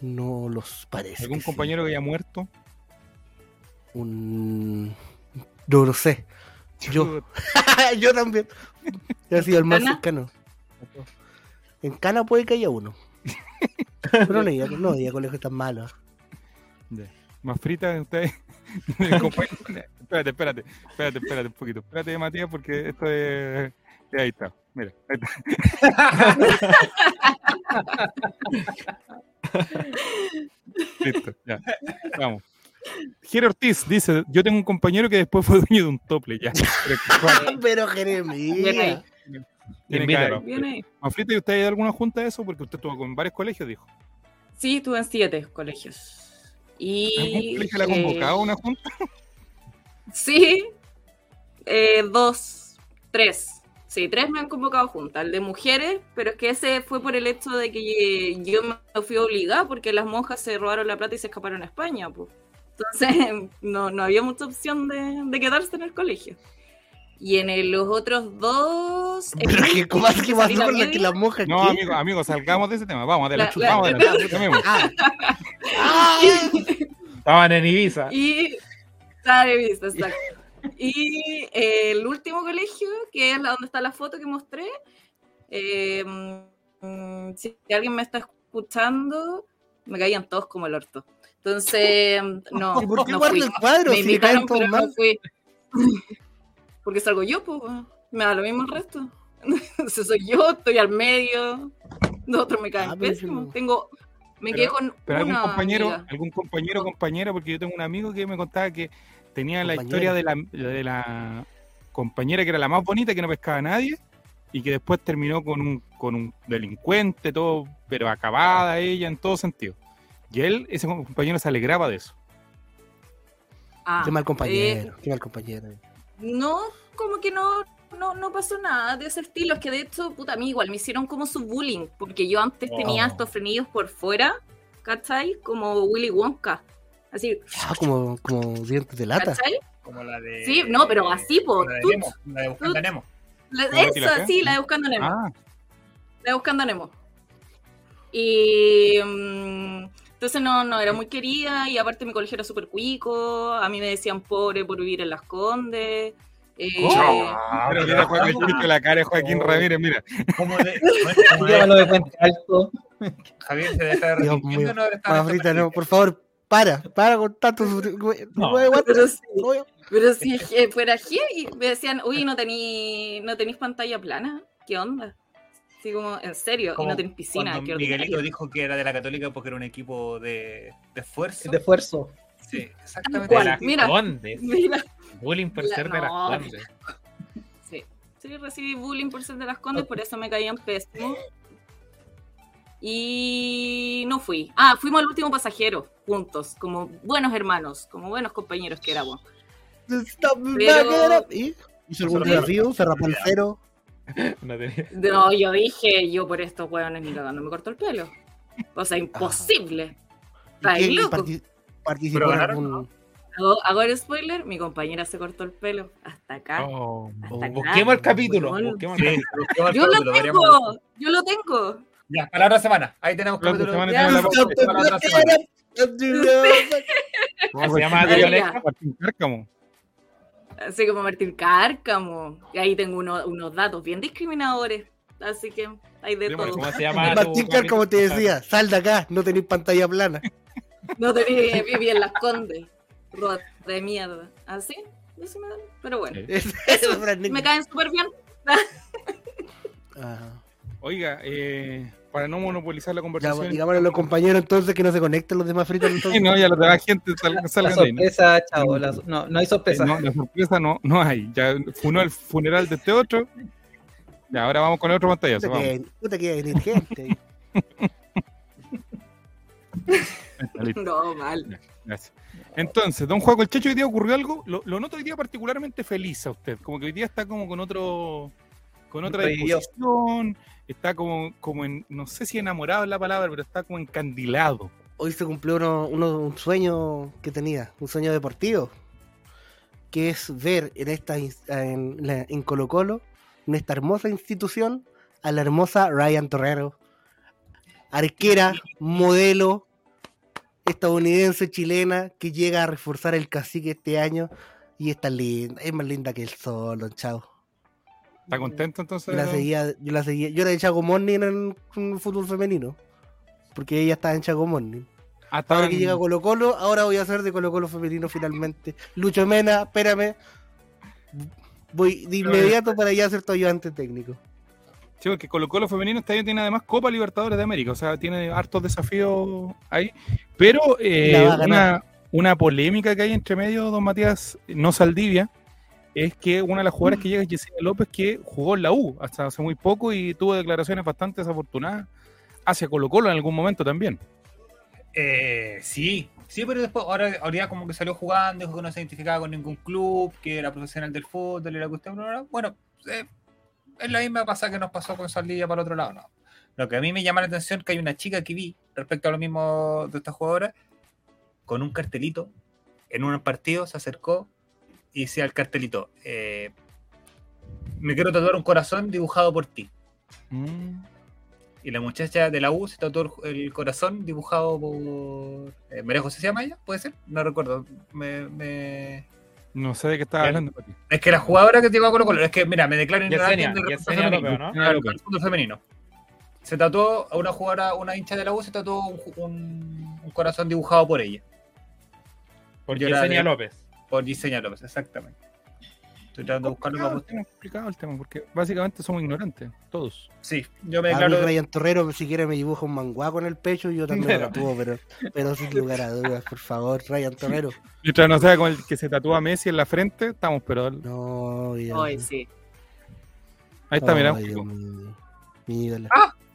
No los parece.
algún
que sí.
compañero que haya muerto.
Un... No lo sé. Yo. [LAUGHS] yo también. Yo he sido el más
¿Cana?
cercano. En Cana puede que haya uno. Pero no diga, no diga colegios tan malos.
Más frita de ustedes. [LAUGHS] El compañero- espérate, espérate, espérate, espérate un poquito. Espérate, Matías, porque esto es. ya, Ahí está. Mira, ahí está. Listo, ya. Vamos. Jere Ortiz dice, yo tengo un compañero que después fue dueño de un tople ya.
Pero
Viene
Jeremías.
ahí,
Tiene
Invítalo.
cara.
viene ahí.
Manfrita, ¿y usted hay alguna junta de eso? Porque usted estuvo con varios colegios, dijo.
Sí, tuve en siete colegios.
¿Algún
Y.
colegio la ha
eh,
convocado a una junta?
Sí. Eh, dos, tres. Sí, tres me han convocado juntas. El de mujeres, pero es que ese fue por el hecho de que eh, yo me fui obligada porque las monjas se robaron la plata y se escaparon a España. po. Entonces, [LAUGHS] no, no había mucha opción de, de quedarse en el colegio. Y en el- los otros dos. el
Pero que, ¿cómo es que
que
pasó
salí
con
la
la que
media.
la moja
No,
¿qué?
amigo, amigo, salgamos de ese tema. Vamos, de la,
La-
chu-
la-
vamos, de la chu- llamemos.
[LAUGHS]
Ah. Ah,
Estaban en Ibiza.
Y está de vista, exacto.
[LAUGHS]
Y eh, el último colegio, que es la donde está la foto que mostré, eh, mm, si alguien me está escuchando, me caían todos como el orto.
[LAUGHS]
Entonces, no,
¿Y por qué
no
guarda
fui.
el cuadro?
Me
Si le caen
invitaron,
todos
pero no
mal.
fui. [LAUGHS] Porque salgo yo, pues, weón. me da lo mismo el resto. [LAUGHS] Entonces soy yo, estoy al medio, los otros me caen
Ah, pero
pésimos.
yo-
Tengo, me
Pero-
quedé con
Pero algún
una
compañero,
amiga.
algún compañero, compañera, porque yo tengo un amigo que me contaba que tenía la historia
Compañero.
de la, de la compañera que era la más bonita, que no pescaba a nadie, y que después terminó con un, con un delincuente, todo, pero acabada ella en todo sentido. Y él, ese compañero, se alegraba de eso.
Ah,
Qué mal
eh,
compañero, qué mal compañero.
no, como que no, no, no pasó nada de ese estilo. Es que de hecho, puta, a mí igual me hicieron como su bullying, porque yo antes tenía
Oh.
estos frenillos por fuera, ¿cachai? Como Willy Wonka. Así,
Ah, como, como dientes de lata.
¿cachai?
Como la de.
Sí, no, pero así, po,
La de
tut,
Nemo, la de Buscando a
tut.
Nemo.
La-
¿Como Betty la
Eso,
Fea?
sí, la de Buscando Nemo.
Ah,
La de Buscando Nemo. Y mm, entonces no, no, era muy querida y aparte mi colegio era súper cuico, a mí me decían pobre por vivir en Las Condes. eh,
¿Cómo? pero mira, Joaquín, viste la cara de Joaquín
Ah, Oh.
Ramírez, mira.
¿Cómo de,
[LAUGHS]
cómo de-
Llévalo de Puente Alto.
Javier se deja de
Dios
resintiendo,
mío.
no ahora está-
Pabrita, no, por favor, para, para con tanto. sufri- güey, güey, what the-
pero sí.
güey.
Pero si [LAUGHS] je- fuera G y me decían, uy, no tenéis no tenís pantalla plana, ¿qué onda? Así como, en serio, y
Como
no tenéis piscina,
Cuando
qué
Miguelito
[LAUGHS] ordinario.
dijo que era de la Católica porque era un equipo de, de esfuerzo.
De esfuerzo.
Sí,
Tal
exactamente.
cual,
De las
mira.
Condes.
Mira,
Bullying por
La-
ser de las
no.
Condes.
sí, sí, recibí bullying por ser de las condes, por eso me caían pésimo. Y no fui. Ah, fuimos al último pasajero, juntos, como buenos hermanos, como buenos compañeros que éramos.
Stop me
Pero-
back it up. ¿Y? ¿Hizo algún
Pero-
desafío? ¿Se rapó el cero?
No tenía-
No, yo dije, yo por estos hueones ni cagando me corto el pelo. O sea, imposible. Está
¿Y qué-
loco.
parti-
Pero
¿Participó en
ganaron,
algún.?
Hago, hago el spoiler, mi compañera se cortó el pelo hasta acá.
Oh,
hasta acá.
busquemos el capítulo.
Bueno.
busquemos el
Sí,
capítulo.
busquemos el
Yo lo
capítulo, deberíamos-
tengo, yo lo tengo.
Ya, para la otra semana. Ahí tenemos
La otra
capítulo.
semana
Ya,
tenemos la
para la otra semana.
¿Cómo se llama?
Ay,
Adriana?
ya.
Joaquín Cárcamo.
Así como Martín Cárcamo. Y ahí tengo uno- unos datos bien discriminadores. Así que hay de
Démosle,
todo. [LAUGHS]
¿Cómo se llama?
Martín
tu
Car, como te
capítulo?
decía, sal de acá, no tenéis
[LAUGHS]
pantalla plana.
No tenía viví en las condes. Rot de mierda. ¿Ah, Así, eso me da- pero bueno.
Sí.
Esa
Eso,
es la
Me
anécdota.
caen súper bien.
Ajá.
Oiga, eh, para no monopolizar la
Ya,
conversación.
Digámosle a los compañeros entonces que no se conecten los demás fritos.
Sí,
Entonces.
no, ya la demás gente sal-
La
salgan de ahí, ¿no?
sorpresa, chavo. la- no, no hay sorpresa.
Eh, No, la sorpresa no, no hay. Ya funó el funeral de este otro. Ya, ahora vamos con el otro pantallazo.
Puta
Vamos.
que, puta que inteligente.
Está listo,
No, mal.
gracias. Entonces, don Juan Colchecho, hoy día ocurrió algo. Lo, lo noto hoy día particularmente feliz a usted. Como que hoy día está como con otro. Con otra
Revivió.
disposición. Está como, como en. No sé si enamorado es la palabra, pero está como encandilado.
Hoy se cumplió uno, uno- un sueño que tenía, un sueño deportivo, que es ver en, esta, ins- en, la- en Colo Colo, en esta hermosa institución, a la hermosa Ryan Torrero, arquera, modelo, estadounidense, chilena, que llega a reforzar el cacique este año y está linda, es más linda que el sol, don Chao.
¿Está contento entonces?
Yo Mm. la seguía, yo la seguía, yo era de Chaco Morning en, en fútbol femenino, porque ella estaba en Chaco Morning.
Ah, está
Ahora
en-
que llega Colo Colo, ahora voy a ser de Colo Colo femenino finalmente. Lucho Mena, espérame. Voy de inmediato para allá a ser tu ayudante técnico.
Sí, porque Colo Colo femenino este año tiene además Copa Libertadores de América, o sea, tiene hartos desafíos ahí. Pero eh,
La va a ganar.
una, una polémica que hay entre medio, don Matías, no Saldivia, es que una de las jugadoras que llega es Yesenia López, que jugó en la U hasta hace muy poco y tuvo declaraciones bastante desafortunadas hacia Colo Colo en algún momento también.
Eh, sí, sí, pero después, ahora, ahora como que salió jugando, dijo que no se identificaba con ningún club, que era profesional del fútbol, era cuestión, bla, bla, bla. bueno, eh, es la misma pasada que nos pasó con Saldivia para el otro lado, no. Lo que a mí me llama la atención es que hay una chica que vi respecto a lo mismo de esta jugadora, con un cartelito, en un partido se acercó y decía al cartelito, eh, me quiero tatuar un corazón dibujado por ti.
Mm.
Y la muchacha de la U se tatuó el el corazón dibujado por. eh, María José se llama ella, puede ser, no recuerdo. Me- me-
No sé de qué estaba
Bien.
hablando. Mati.
Es que la jugadora que te iba a Colo Colo, es que mira, me declaro ignorante
Yesenia,
del resto
Yesenia
femenino.
López, ¿no?
Yesenia
Claro,
López.
del fútbol femenino. Se tatuó a una jugadora, una hincha de la U, se tatuó un, ju- un- un corazón dibujado por ella,
Por
Yo era
Yesenia
de-
López.
por Yesenia López, exactamente. Estoy tratando de buscarlo para
Complicado el
mostrar.
tema, complicado el tema, porque básicamente somos ignorantes, todos.
Sí, yo
Ah,
me
A mí
declaro.
Brian Torrero, si quiere, me dibuja un manguaco en el pecho y yo también
Claro.
lo tuvo, pero, pero sin lugar a dudas, por favor, Ryan Torrero.
Mientras no sea con el que se tatúa Messi en la frente, estamos, pero al-
No, Dios
Ay,
mío.
sí.
ahí está, mira.
Ay, Dios mío. Mi ídolo.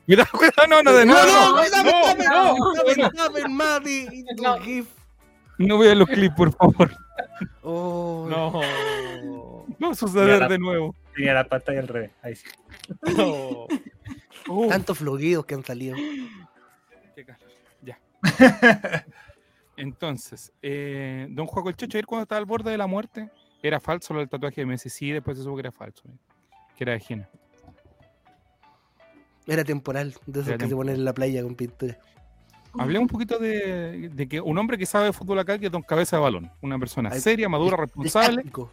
Mira, cuidado, no, no, de
no,
nada. No,
no, no, dame,
no,
dame,
no,
dame, dame, Mati, y tu
No.
gif.
no vean los clips, por favor.
Oh,
No.
Va a
Mira,
suceder
la-
de nuevo. Oh.
Tenía la pantalla al revés, ahí sí.
No.
Uh,
Tantos floguidos que han salido.
qué calor.
[LAUGHS]
Ya. Entonces, eh, don Juan el Checho, ayer cuando estaba al borde de la muerte, era falso lo del tatuaje de Messi. Sí, después se supo que era falso. eh, Que era de Gina.
Era temporal, de esos
Era
que se ponen en la playa con pintura.
Hablemos un poquito de, de que un hombre que sabe de fútbol acá, que es don Cabeza de Balón. Una persona
Ay,
seria, madura,
El
[LAUGHS]
responsable
táctico.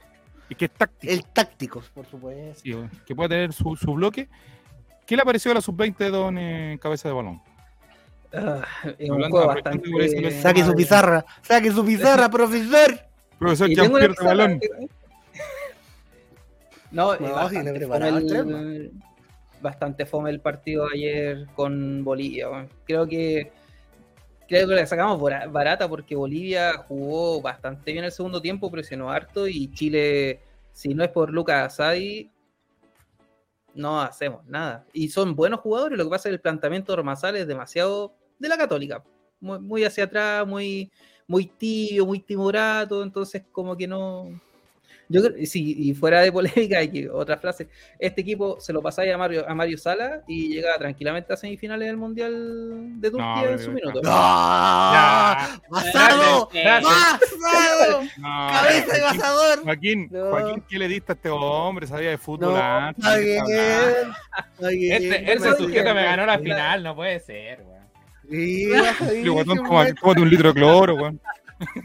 y que es táctica.
El táctico, por supuesto.
sí, bueno, que pueda tener su, su bloque. ¿Qué le pareció a la sub-20 de Don eh, Cabeza de Balón?
Ah, es un
Hablando-
juego
aprovechando
bastante.
por eso que-
Saque su pizarra, saque su pizarra, profesor.
Profesor
Y tengo una
Jean-Pierre de
pizarra
Balón.
que- No, es
No, si no he
bastante, fome
preparado el
el, bastante fome el partido ayer con Bolivia. weón. Creo que creo que la sacamos bora- barata porque Bolivia jugó bastante bien el segundo tiempo, presionó harto y Chile, si no es por Lucas Asadi, no hacemos nada. Y son buenos jugadores, lo que pasa es que el planteamiento de Ormazal es demasiado de la católica. Muy, muy hacia atrás, muy, muy tibio, muy timorato, entonces como que no... Yo creo, si y fuera de polémica, hay que- otra frase, este equipo se lo pasáis a Mario, a Mario Sala y llega tranquilamente a semifinales del Mundial de Turquía
pero
en su
está-
minuto.
¡No! ¡Ah!
Ah,
¡Basado! ¡Basado!
No,
¡Cabeza de basador!
Joaquín,
No.
Joaquín, ¿qué le diste a este hombre? Sabía de fútbol
No,
antes,
está
¿qué
bien.
está hablando?
Está bien,
Este, ese
Matías.
sujeto me ganó la final, no puede ser, weón.
Sí,
[LAUGHS]
Tío, guatón,
sí,
toma- Tómate un litro de cloro, weón.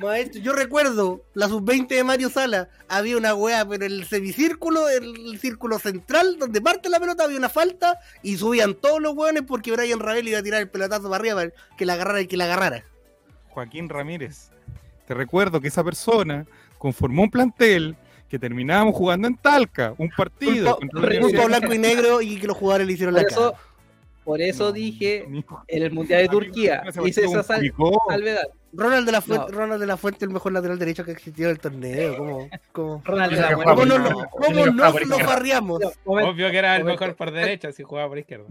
Maestro, yo recuerdo la sub-20 de Mario Sala. Había una wea, pero en el semicírculo, el círculo central, donde parte la pelota, había una falta y subían todos los hueones porque Brian Ravel iba a tirar el pelotazo para arriba para que la agarrara y que la agarrara.
Joaquín Ramírez, te recuerdo que esa persona conformó un plantel que terminábamos jugando en Talca, un partido.
Punto,
contra la
punto
Universidad
blanco y negro y que los jugadores le hicieron
Por
la cara.
eso, por eso
No,
dije
amigo.
en el Mundial de Turquía,
Amigo,
hice
un
esa sal-
picó.
salvedad.
Ronald de la Fuente,
No.
Ronald de la Fuente, el mejor lateral derecho que existió del torneo. ¿Cómo, cómo,
Ronald de la
Yo creo que
cómo
Fuente,
nos,
Ah, no.
no.
cómo
Yo
nos
creo que
lo
no.
farriamos?
Momento,
Obvio que era el
Momento.
mejor por derecha si jugaba por izquierda.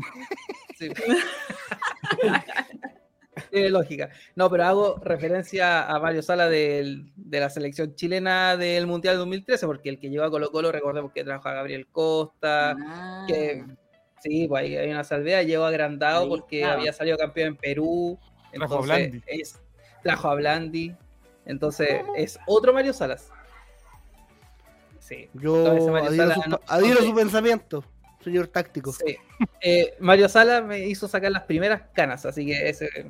sí. [LAUGHS] Tiene lógica. No, pero hago referencia a Mario Sala del- de la selección chilena del Mundial 2013, porque el que lleva a Colo Colo, recordemos que trabaja Gabriel Costa,
Ah.
que sí, pues ahí hay una salvedad, llegó agrandado
Ahí
porque
está.
había salido campeón en Perú.
Trajo a
entonces
Blandi.
es- trajo a Blandi. Entonces es otro Mario Salas. Sí. Entonces,
Yo
Mario
adhiero, a
Sala
su-
no-
adhiero a su
no-
pensamiento, señor táctico.
sí. Eh, Mario Sala me hizo sacar las primeras canas, así que ese,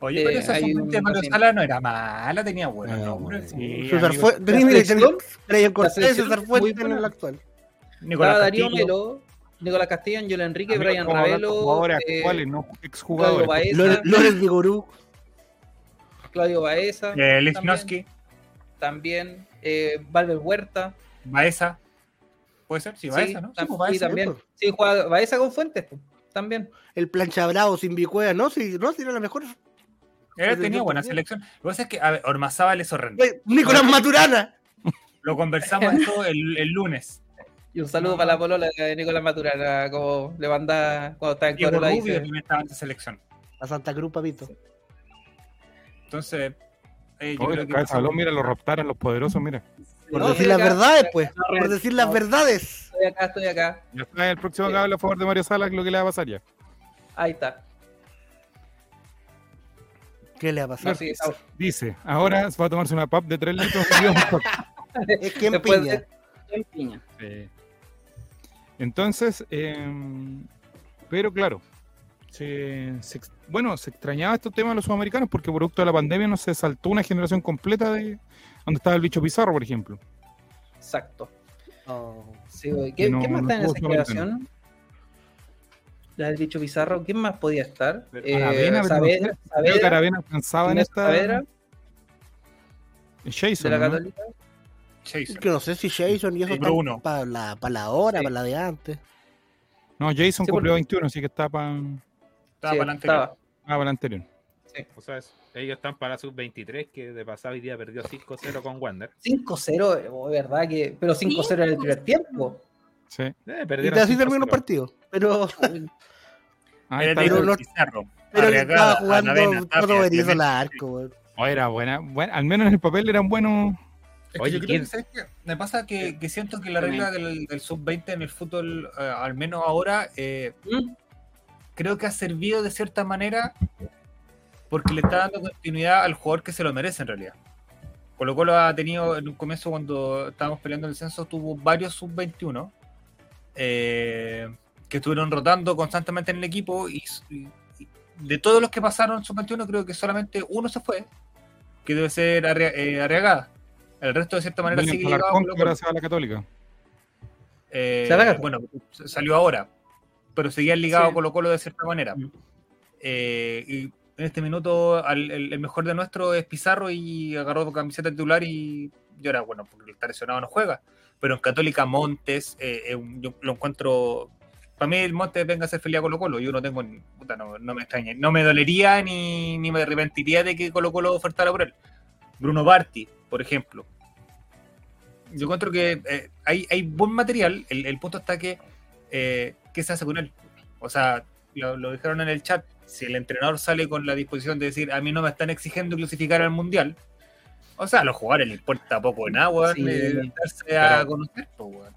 Oye,
Eh,
pero esa
hay
sub
un
de Mario
paciente. Ah,
Sala no era mala, tenía buena.
No,
No,
bueno.
Sí,
César
amigo,
Fuentes, tenés,
La
mira,
selección-
tenés Brian Cortés,
selección
César
es muy
Fuentes en
buena.
el actual.
estaba
Nicolás
Ah, Darío
Castillo.
Melo, Nicolás Castillo, Angelo Enrique,
Amigo,
Brian
estamos hablando de
Ravelo,
jugadores
eh,
actuales, no
Claudio
exjugadores.
Baeza,
Lore- Lores de Gorú.
Claudio Baeza
Eh,
también.
Lichnowsky,
también, eh, Valver Huerta,
Baeza. ¿Puede ser? Sí,
Sí,
Baeza, ¿no? Sí,
tam-
pues,
y
Baeza.
también,
po.
sí, juega Baeza con Fuentes, po, pues, también.
El plancha bravo sin bicuea, ¿no? Si, no, si era la mejor.
Él tenía buena selección. Lo que pasa es que, a ver, Ormazábal es horrendo.
Eh, Nicolás Maturana.
Lo conversamos
[LAUGHS]
esto el, el lunes.
Y un saludo para la polola de Nicolás Maturana, como le manda cuando está en
Diego
Corolla.
Rubio
dice,
también estaba en esa selección.
A Santa Cruz, papito.
Entonces, eh, yo
Oye,
creo que
acá el salón, mira, los raptaron los poderosos, mira.
Por
No,
decir
pero
las
acá-
verdades, pues.
No,
Por decir las
no.
verdades.
Estoy acá, estoy acá.
Ya está, el próximo que habla a favor de Mario Salas, lo que le va a pasar ya.
Ahí está.
¿Qué le ha
No,
pasado?
sí, está.
Dice, ahora va a tomarse una pub de 3 litros. Dios,
Es que en
Después
piña.
de-
en piña.
Sí. Entonces, em, pero claro, se- se ex- bueno, se extrañaba estos temas de los sudamericanos porque producto de la pandemia no se saltó una generación completa de donde estaba el bicho Pizarro, por ejemplo.
Exacto.
Oh.
Sí, güey. ¿Qué,
No,
¿quién más
no
está en esa
puedo saber tanto.
generación? La del bicho Pizarro, ¿quién más podía estar?
Pero
Eh,
Aravena, pero no
Saavedra,
sé, Creo que
Saavedra,
Aravena alcanzaba en
Inés
esta.
Saavedra, de
Jason.
la
¿no?
Católica.
Jason.
Es que no sé si Jason y eso
Y Bruno.
para la, pa' la hora,
Sí.
para la de antes.
No, Jason
Sí,
cumplió
porque-
21, así que está para
Estaba
Sí,
para adelante.
estaba.
el anterior.
O sea, es- ellos están para la sub-23, que de pasado hoy día perdió 5-0 con Wander.
5-0, oh, de verdad que. Pero 5-0 en el primer tiempo.
Sí.
Eh,
Y
perdieron
así terminó el
5-0.
partido. [LAUGHS] Pero,
Ahí
Era
está.
Diego
Pero no-
Pizarro.
pero que
Arriagada,
estaba jugando
Aravena, Tapia,
todo verizo
Clemente.
al arco, weón.
Oh, era buena, buena. Al menos en el papel eran buenos.
Es que
Oye,
yo creo
¿quién?
que, ¿sabes qué? Me pasa que, que siento que la regla del, del sub-20 en el fútbol, eh, al menos ahora, eh,
Mm.
creo que ha servido de cierta manera porque le está dando continuidad al jugador que se lo merece en realidad. Por lo cual ha tenido en un comienzo cuando estábamos peleando el censo, tuvo varios sub-21 eh, que estuvieron rotando constantemente en el equipo y, y- y de todos los que pasaron sub-21 creo que solamente uno se fue, que debe ser Arria- eh, Arriagada. El resto de cierta manera
William
sigue llegado a
Alarcón, que
Colo-Colo.
ahora se va a la Católica.
Eh,
Se alarga.
bueno, s- salió ahora, pero seguía ligado
Sí.
a Colo Colo de cierta manera.
Mm.
Eh, y en este minuto al- el, el mejor de nuestro es Pizarro y agarró camiseta titular y, y ahora, bueno, porque el lesionado no juega. Pero en Católica Montes, eh, es un- yo lo encuentro... Para mí el Montes venga a ser feliz a Colo Colo, yo no tengo... ni- puta, no, no me extraña, no me dolería ni, ni me arrepentiría de que Colo Colo ofertara por él. Bruno Barti, por ejemplo yo encuentro que eh, hay, hay buen material. El, el punto está que, eh, ¿qué se hace con él? O sea, lo, lo dejaron en el chat. Si el entrenador sale con la disposición de decir, a mí no me están exigiendo clasificar al mundial, o sea, a los jugadores les importa poco de nada, weón,
Sí.
eh, darse a
Pero-
conocer, po, weón.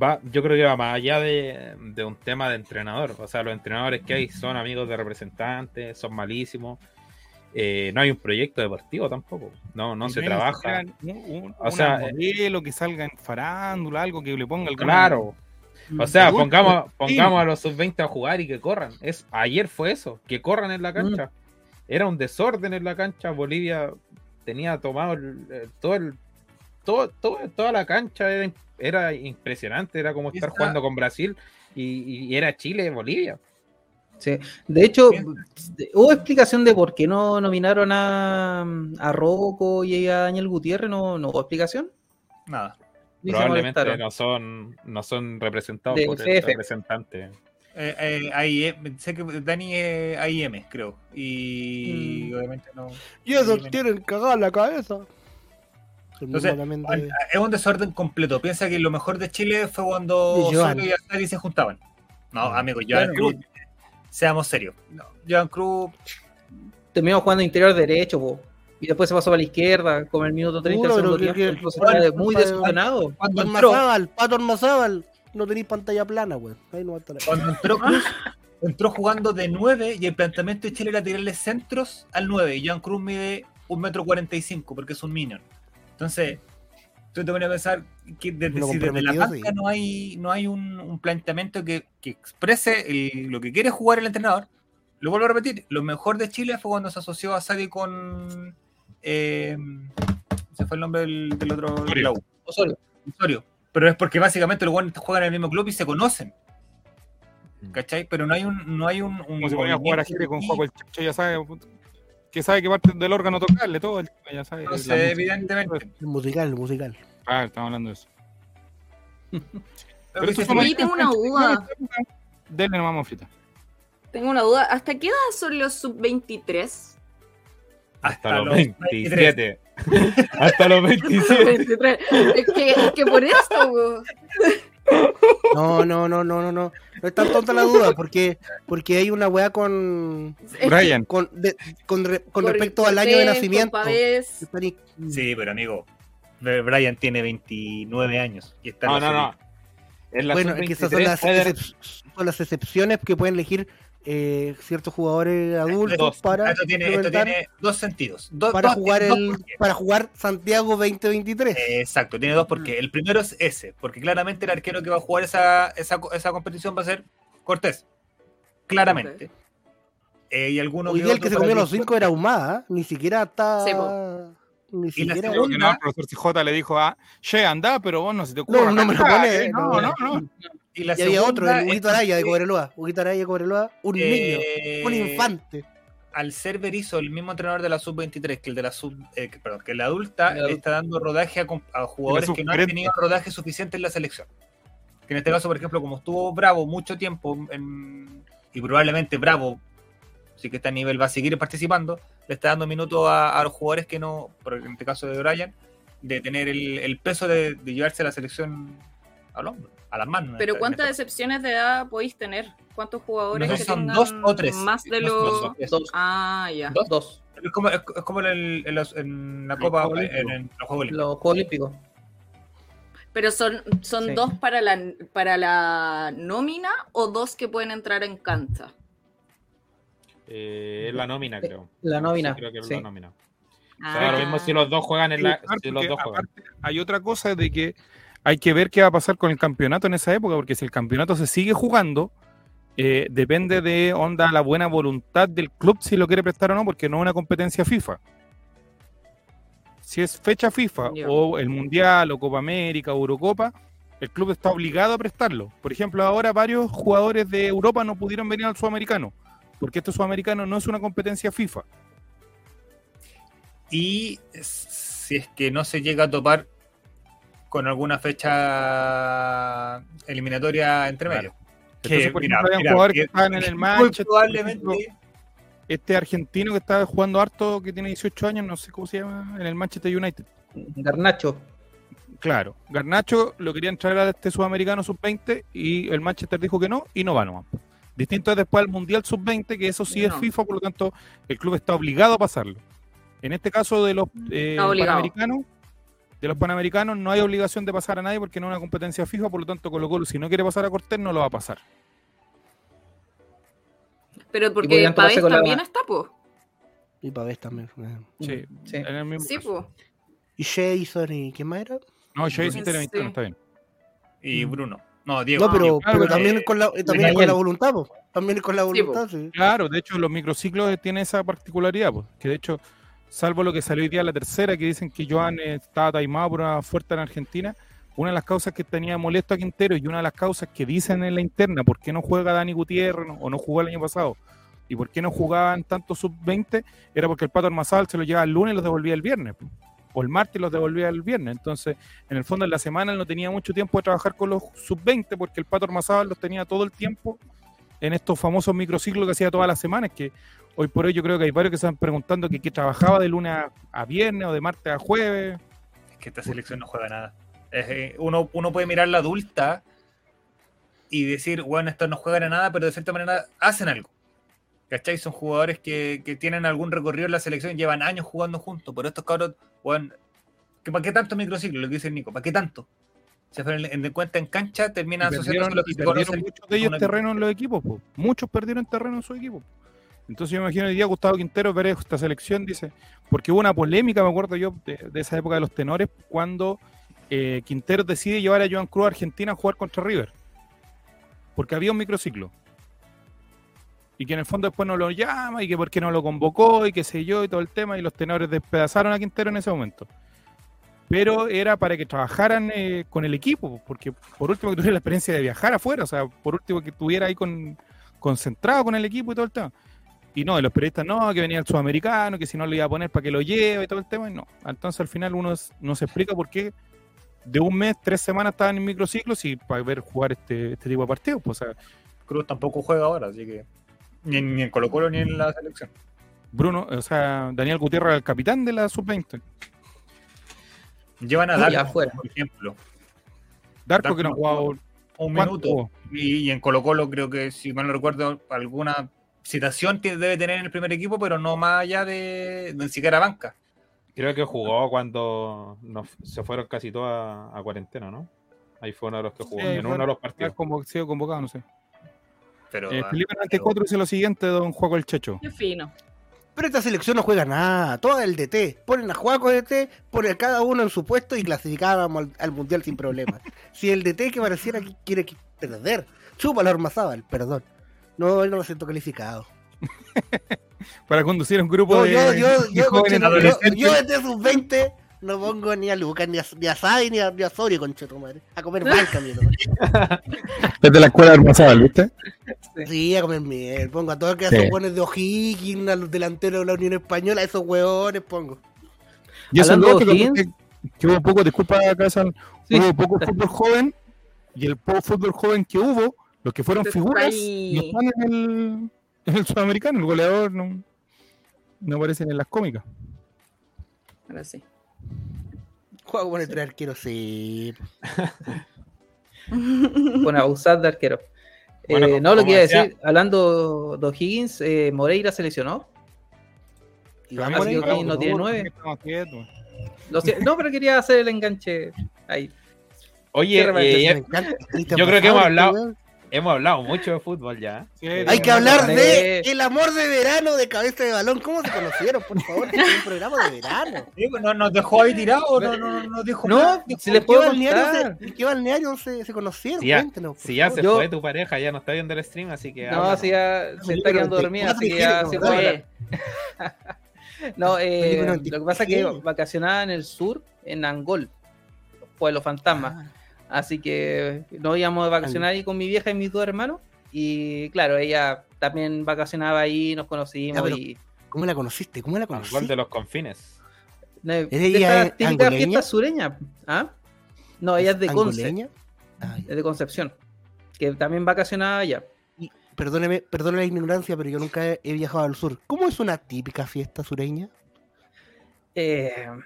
Va, yo creo que va más allá de, de un tema de entrenador. O sea, los entrenadores que hay son amigos de representantes, son malísimos. Eh, no hay un proyecto deportivo tampoco. No, no
Y
se
menos
trabaja.
que sea Un, un-
O
una
sea,
modelo que salga en farándula, algo que le ponga alguna-
Claro.
Mm.
O sea,
Seguro.
pongamos, pongamos a los sub-20 a jugar y que corran. Es, ayer fue eso, que corran
Mm.
en la cancha. Era un desorden en la cancha. Bolivia tenía tomado el- el- todo el. Todo, todo- toda la cancha era, era impresionante. Era como estar
Esa-
jugando con Brasil y, y era Chile, Bolivia.
De hecho, hubo explicación de por qué no nominaron a, a Rocco y a Daniel Gutiérrez, no, no hubo explicación.
Nada.
Ni se
Probablemente
molestaron.
no son, no son representados
Del
por el
CF.
representante.
Eh, eh, AIM, sé que Dani es AIM, creo. Y
Mm.
obviamente no.
Y eso
Sí,
tienen cagada la cabeza. El mismo
Entonces,
también de-
Bueno, Es un desorden completo. Piensa que lo mejor de Chile fue cuando
Y Joan.
Soto y Azari se juntaban. No, amigos, Joan
Claro.
Cruz, seamos serios. Ah, No, Joan Cruz,
Terminó jugando interior derecho, po. y después se pasó para la izquierda, como el minuto 30 del
Seguro,
segundo
pero
tiempo.
que- que-
entonces
bueno,
estaba muy
para-
desordenado.
cuando entró,
Ormazábal, Pato Ormazábal, no tenéis pantalla plana, weón. Ahí no va a estar.
cuando entró Cruz, entró jugando de 9 y el planteamiento de Chile era tirarle centros al 9. Y Joan Cruz mide 1,45 m porque es un minion. Entonces, tú te pones a pensar que desde,
Lo
si desde la
comprometido,
banca
sí.
no hay, no hay un, un planteamiento que, que exprese el- lo que quiere jugar el entrenador. Lo vuelvo a repetir, lo mejor de Chile fue cuando se asoció a Sadi con... eh, se fue el nombre del, del otro... de la U,
Osorio.
Osorio. Pero es porque básicamente los buenos juegan en el mismo club y se conocen.
Mm.
¿Cachai? Pero no hay un... No hay un, un
Como se ponía a jugar a
movimiento
Chile con
y-
Juaco el Chicho, ya sabe que sabe que parte del órgano tocarle todo, el- ya sabe.
Entonces,
la música.
evidentemente.
El musical, el musical.
Ah, estamos hablando de eso.
Pero
estos
dices,
Oye, tengo
[LAUGHS]
una
sudamericanos,
duda.
Denle nomás mofrita.
Tengo una duda. ¿Hasta qué edad son los sub-23?
Hasta, los 27. [LAUGHS] Hasta
[LAUGHS]
los 27.
23. Es que, es que por esto, weón.
No, no, no, no, no, no. No es tan tonta la duda, porque, porque hay una weá con.
Brian,
con, de- con re- con
Por
respecto al año de
Cortés,
nacimiento.
por Pavés.
Están ahí.
Sí, pero amigo, Brian tiene 29 años. Y está en
No,
la
no, no. Es la
Bueno, es que esas son las,
puede-
excep- son las excepciones que pueden elegir eh, ciertos jugadores adultos
Dos.
para,
Esto tiene, esto
implementar-
tiene dos sentidos. Do-
para
dos- eh,
jugar
dos
el
por qué.
para jugar Santiago 2023.
Eh, Exacto, tiene dos porque el primero es ese, porque claramente el arquero que va a jugar esa, esa, esa competición va a ser Cortés. Claramente. Eh, y alguno
Hoy
que
día el
otro
que se
para
comió
que-
los cinco era Humada, ¿eh? ni siquiera está
Sí,
ni
Y la
siquiera
creo que no,
segunda-
el profesor CJ le dijo a Che, anda, pero vos no se te ocurre.
No, no me
cantar,
repone,
¿eh?
eh,
No, no,
no.
no.
Y, la
y había
segunda
otro, el
es
Huguito Araya de
que,
Cobreloa, Huguito Araya de Cobreloa, un niño,
eh,
un infante.
Al ser Berizzo, el mismo entrenador de la sub-23 que el de la sub, eh, que- perdón, que la adulta,
La adulta.
le está dando rodaje a, com- a jugadores
sub
que no han
40.
tenido rodaje suficiente en la selección. Que en este caso, por ejemplo, como estuvo Bravo mucho tiempo en- y probablemente Bravo, sí que está a nivel, va a seguir participando, le está dando minutos a, a los jugadores que no, por ejemplo, en este caso de Brian, de tener el, el peso de, de llevarse la selección al hombro, a las manos. en
Pero
esta- en
¿cuántas
este
decepciones de edad podéis tener? ¿Cuántos
caso.
jugadores
No sé
que
si son
tengan
dos o tres.
más de
No,
los...
son dos.
Dos,
Ah, ya.
Dos.
dos.
Es como, es, es como en, el- en los- en la
Los
Copa,
Juegos
en, en los Juegos Olímpicos.
Los Juegos Olímpicos.
Pero son, son
Sí.
dos para la, para la nómina o dos que pueden entrar en cancha.
Eh, es la nómina, creo.
La nómina.
Sí, creo que es
sí.
la nómina. O
Ah,
sea, ahora mismo si los dos juegan en la. Si los
Porque
dos juegan.
aparte hay otra cosa de que hay que ver qué va a pasar con el campeonato en esa época, porque si el campeonato se sigue jugando, eh, depende de onda la buena voluntad del club si lo quiere prestar o no, porque no es una competencia FIFA. Si es fecha FIFA
Ya.
o el Mundial o Copa América o Eurocopa, el club está obligado a prestarlo. Por ejemplo, ahora varios jugadores de Europa no pudieron venir al Sudamericano, porque este Sudamericano no es una competencia FIFA.
Y si es que no se llega a topar con alguna fecha eliminatoria entre medio. Que,
Entonces, por
mira,
ejemplo, habían
mira,
jugadores que
que-
estaban
[LAUGHS]
en el
Muy
Manchester. por ejemplo,
probablemente
este argentino que está jugando harto, que tiene 18 años, no sé cómo se llama, en el Manchester United.
Garnacho.
Claro, Garnacho lo querían traer a este sudamericano sub-20 y el Manchester dijo que no y no va nomás. Distinto es después al Mundial sub-20, que eso sí es
No.
FIFA, por lo tanto el club está obligado a pasarlo. En este caso de los eh,
Está obligado.
panamericanos, de los panamericanos no hay obligación de pasar a nadie porque no es una competencia FIFA, por lo tanto Colo Colo si no quiere pasar a Cortés no lo va a pasar.
Pero porque
podrían toparse
Pavés
con la-
también está, po.
Y Pavés también. eh.
Sí.
Sí.
En el mismo
Sí, pues.
caso.
po.
Y Jason y ¿quién más era?
No, yo hice
Sí.
Interamericano, está bien.
y Bruno. No, Diego.
No, pero,
Diego.
pero
Eh,
también con la, eh, también con
Daniel.
la voluntad, po. También con la
Sí, po.
voluntad, sí.
Claro, de hecho los microciclos eh, tienen esa particularidad, pues, que de hecho, salvo lo que salió hoy día en la tercera, que dicen que Joan eh, estaba taimado por una fuerza en Argentina, una de las causas que tenía molesto a Quintero y una de las causas que dicen en la interna, ¿por qué no juega Dani Gutiérrez no- o no jugó el año pasado? ¿Y por qué no jugaban tanto sub-20? Era porque el Pato Armazal se lo llevaba el lunes y los devolvía el viernes. pues, O el martes y los devolvía el viernes. Entonces, en el fondo, en la semana él no tenía mucho tiempo de trabajar con los sub-20 porque el Pato Armazal los tenía todo el tiempo en estos famosos microciclos que hacía todas las semanas, que hoy por hoy yo creo que hay varios que están preguntando que, que trabajaba de lunes a- a viernes o de martes a jueves.
Es que esta selección no juega nada. Es, eh, uno, uno puede mirar la adulta y decir, bueno, estos no juegan a nada, pero de cierta manera hacen algo. ¿Cachai? Son jugadores que, que tienen algún recorrido en la selección, llevan años jugando juntos, pero estos cabros, bueno, ¿para qué tanto microciclo? Lo que dice el Nico, ¿para qué tanto? Se fueron en, en cuenta en cancha,
Y
terminan asociándose
perdieron,
a lo que
y
se
perdieron
conoce
muchos de ellos
como una-
terreno en los equipos, po. muchos perdieron terreno en su equipo. Entonces yo me imagino hoy día Gustavo Quintero ver esta selección, dice, porque hubo una polémica, me acuerdo yo, de, de esa época de los tenores, cuando eh, Quintero decide llevar a Joan Cruz a Argentina a jugar contra River. Porque había un microciclo. Y que en el fondo después no lo llama, y que por qué no lo convocó, y qué sé yo, y todo el tema, y los tenores despedazaron a Quintero en ese momento. Pero era para que trabajaran eh, con el equipo, porque por último que tuviera la experiencia de viajar afuera, o sea, por último que estuviera ahí con, concentrado con el equipo y todo el tema. Y no, y los periodistas no, que venía el sudamericano, que si no lo iba a poner para que lo lleve y todo el tema, y no. Entonces al final uno s- no se explica por qué de un mes, tres semanas estaban en microciclos y para ver jugar este, este tipo de partidos. Pues, o sea,
Cruz tampoco juega ahora, así que ni, en- ni en Colo Colo ni en la selección.
Bruno, o sea, Daniel Gutiérrez era el capitán de la sub-20.
Llevan a
Ya,
Darko,
fuera.
por ejemplo.
Darko
Darko
que no ha
no
jugado
Un
¿cuánto?
minuto. Y, y en Colo Colo creo que, si mal no recuerdo, alguna citación tiene- debe tener en el primer equipo, pero no más allá de, de siquiera banca.
Creo que jugó cuando nos- se fueron casi todos a, a cuarentena, ¿no? Ahí fue uno de los que jugó,
Sí,
en uno
fueron-
de los
ha
partidos.
convo- sido convocado, no sé.
Pero,
Eh,
ah,
Felipe 94 dice lo siguiente, don Juaco el Checho.
Qué fino.
Pero esta selección no juega nada, toda el DT. Ponen a jugar con DT, ponen cada uno en su puesto y clasificábamos al, al mundial sin problemas. si el DT que pareciera que quiere que- perder, chupa la Ormazábal, perdón. No, yo no lo siento calificado.
Para conducir a un grupo
No,
de,
yo, yo,
de
yo,
jóvenes
conchetumare, yo-
adolescentes.
yo desde sus 20 no pongo ni a Lucas, ni a, ni a Sai, ni a, ni a Sori, conchetumare. A comer banca, mi hermano.
Es de la escuela Armazábal, ¿viste?
Sí, a comer miel. Pongo a todos que a
Sí.
esos hueones de O'Higgins, a los delanteros de la Unión Española, a esos hueones pongo.
Y eso es
Hablando
lo
de
otro, que,
O'Higgins.
que hubo poco, disculpa, Casal,
Sí.
hubo poco fútbol joven y el poco fútbol joven que hubo, los que fueron
Está
figuras,
ahí.
no están en el, en el sudamericano, el goleador no, no aparece en las cómicas.
Ahora sí.
Juego con el tres arqueros, sí.
con Abusad de arquero. Eh,
[LAUGHS] Bueno, como-
no, lo
como
que iba a
decía-
decir, hablando de Higgins, Moreira se lesionó.
Y
Pero a mí me
vamos
Ah, sí,
gusta
O'Higgins no
el
tiene
fútbol,
nueve.
estamos quietos.
Lo si- no, pero quería hacer el enganche
[LAUGHS]
ahí.
Oye,
Cierra la
eh,
Me
ya-
encanta, Cristian
yo creo que hemos
Pizarro,
hablado,
weón.
hemos hablado mucho de fútbol ya. ¿eh?
Sí,
Hay
tenemos-
que hablar de
Vale.
el amor de verano de cabeza de balón. ¿Cómo se conocieron? Por favor, que es un programa de verano.
Sí, pues, no- nos dejó ahí tirados, no, no, no nos dijo
No,
nada,
si les
¿Qué
puedo
balneario,
contar.
se, qué balneario se, se conocieron?
Si ya-
Cuéntenos, por
Si ya se
Yo-
fue tu pareja, ya no está viendo el stream, así que.
No,
habla.
si ya se está quedando dormida, así que ya
94
se
dijeron,
puede
dale.
hablar. [LAUGHS] No, eh,
Película
lo que pasa es que
94.
vacacionaba en el sur, en Angol, Pueblo Fantasma.
favor.
Así que nos íbamos a vacacionar ahí con mi vieja y mis dos hermanos. Y claro, ella también vacacionaba ahí, nos conocimos
Ya, pero-
y.
¿Cómo la conociste? ¿Cómo la
El gol
conociste?
de los confines.
No, de
ella
estas típicas
angoleña?
fiestas sureñas, ¿ah? No, ella es de Conce,
¿Angoleña? Ah, Ay,
es de Concepción, que también vacacionaba allá.
y perdóneme, perdóneme la ignorancia, pero yo nunca he, he viajado al sur. ¿Cómo es una típica fiesta sureña?
Eh,
Me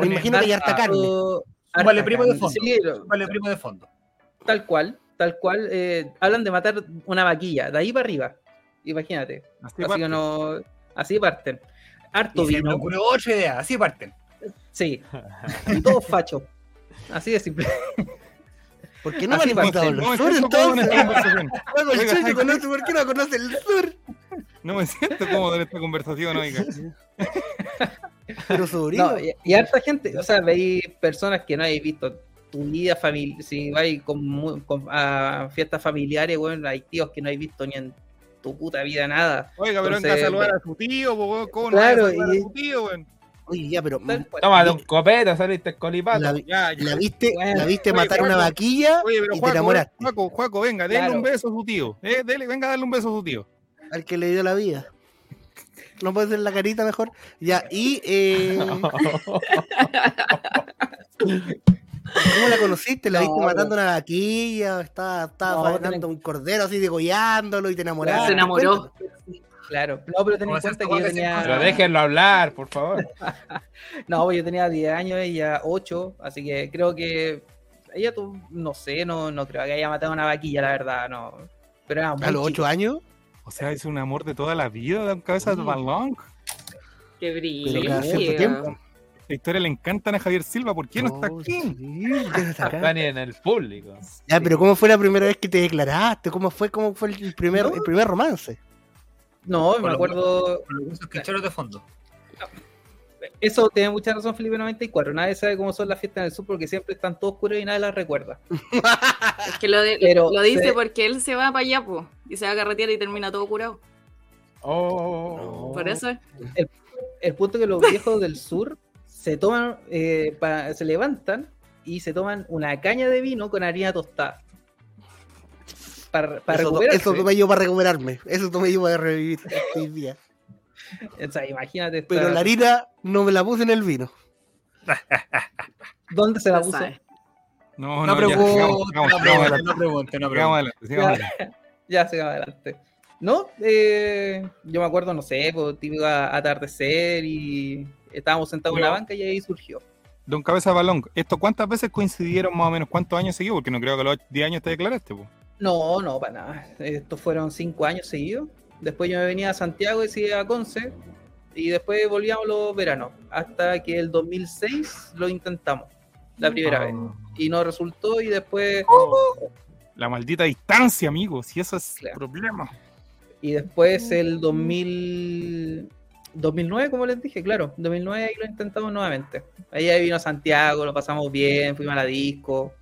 Pues imagino que hay harta carne.
Súmale primo de
carne,
fondo.
sí, lo-
Vale, primo de fondo.
tal cual, tal cual. eh, hablan de matar una vaquilla, de ahí para arriba. Imagínate.
Así
Así,
parte.
que no, así parten.
Y
Harto
se me
vino.
ocurrió otra idea, así parten. [LAUGHS]
Sí. Y todos fachos. Así de simple.
¿Por qué no me han
Así parece,
invitado al
No me
sur
siento cómodo en
entonces? [LAUGHS]
esta conversación.
Juego el
Oiga,
sur,
¿sabe
yo conozco- ¿Por qué no conoce el sur?
No me siento cómodo en esta conversación, oiga.
Pero sobrino.
No, y, y harta gente, o sea, veis personas que no habéis visto tu vida familiar, si vais con, mu- con- a fiestas familiares, bueno, hay tíos que no habéis visto ni en tu puta vida nada.
Oiga, pero venga a
Entonces,
saludar a su tío, po, weón, ¿cómo no
Claro,
voy a saludar
y-
a su tío, weón?
Oye, ya, pero
Tal cual.
Toma, de un copeta, saliste colipato.
la,
Ya, ya.
la viste,
Bueno,
la viste
oye,
matar una
Juaco,
vaquilla
Oye, pero
y te
Juaco,
enamoraste
Juaco, Juaco, venga, denle
Claro.
un beso a su tío. Eh, dele, venga a darle un beso a su tío.
al que le dio la vida. ¿No puedes hacer la carita mejor? Ya, y
[LAUGHS]
eh, ¿cómo la conociste? ¿La
No,
viste matando una vaquilla? ¿Estaba, estaba
No,
faenando un cordero así degollándolo y te
Ah,
enamoraste?
Se enamoró.
Cuéntame.
Claro, no, pero ten
Como
en
esas
cuenta que
cosas
yo
que se
Pero
encuentran.
tenía,
déjenlo hablar, por favor.
no, yo tenía 10 años, ella 8, así que creo que ella, tú, no sé, no, no creo que haya matado una vaquilla, la verdad, no. Pero era muy
¿A los
chico.
ocho años?
O sea, es un amor de toda la vida, da un cabeza de
Sí.
balón.
Qué
Pero cada cierto
brillo.
tiempo.
Esta historia le encantan a Javier Silva, ¿por qué no está
No,
aquí?
sí, ya está acá.
Están en el público.
Ya, pero ¿cómo fue la primera vez que te declaraste? ¿Cómo fue, cómo fue el primer, el primer romance?
No,
Con
me
lo-
acuerdo,
Con los huesos quecheros de fondo.
Eso tiene mucha razón Felipe 94. Nadie sabe cómo son las fiestas en el sur porque siempre están todos oscuros y nadie las recuerda.
Es que lo, de-
Pero
lo dice
se-
porque él se va para allá, po, y se va a carretear y termina todo curado.
Oh,
Por eso,
El punto es que los viejos del sur se toman, eh, pa- se levantan y se toman una caña de vino con harina tostada. Para, para
eso,
recuperarse.
eso tomé yo para recuperarme. Eso tomé yo para
[LAUGHS]
revivir estos días.
O sea, imagínate. esta-
Pero la harina no me la puse en el vino.
¿Dónde se la
ya
puso?
sabes.
No,
No
no, ya, sigamos,
pregunte,
sigamos,
no
sigamos adelante,
pregunte, no
sigamos
pregunte.
adelante, sigamos adelante.
Ya se va adelante. No, eh, yo me acuerdo, no sé, pues, típico a- atardecer y estábamos sentados en la
Yo-
banca y ahí surgió.
Don Cabeza de Balón, ¿esto cuántas veces coincidieron más o menos? ¿Cuántos años seguidos? Porque no creo que a los 10 años te declaraste, po.
No, no, para nada. Estos fueron cinco años seguidos. Después yo me venía a Santiago y seguía a Conce. Y después volvíamos los veranos. Hasta que el 2006 lo intentamos. La primera vez. Y no resultó. Y después,
La maldita distancia, amigo, si eso es
Claro.
problema.
y después el 2000, 2009, como les dije, claro. 2009 ahí lo intentamos nuevamente. Ahí ahí vino a Santiago, lo pasamos bien. Fuimos a la disco.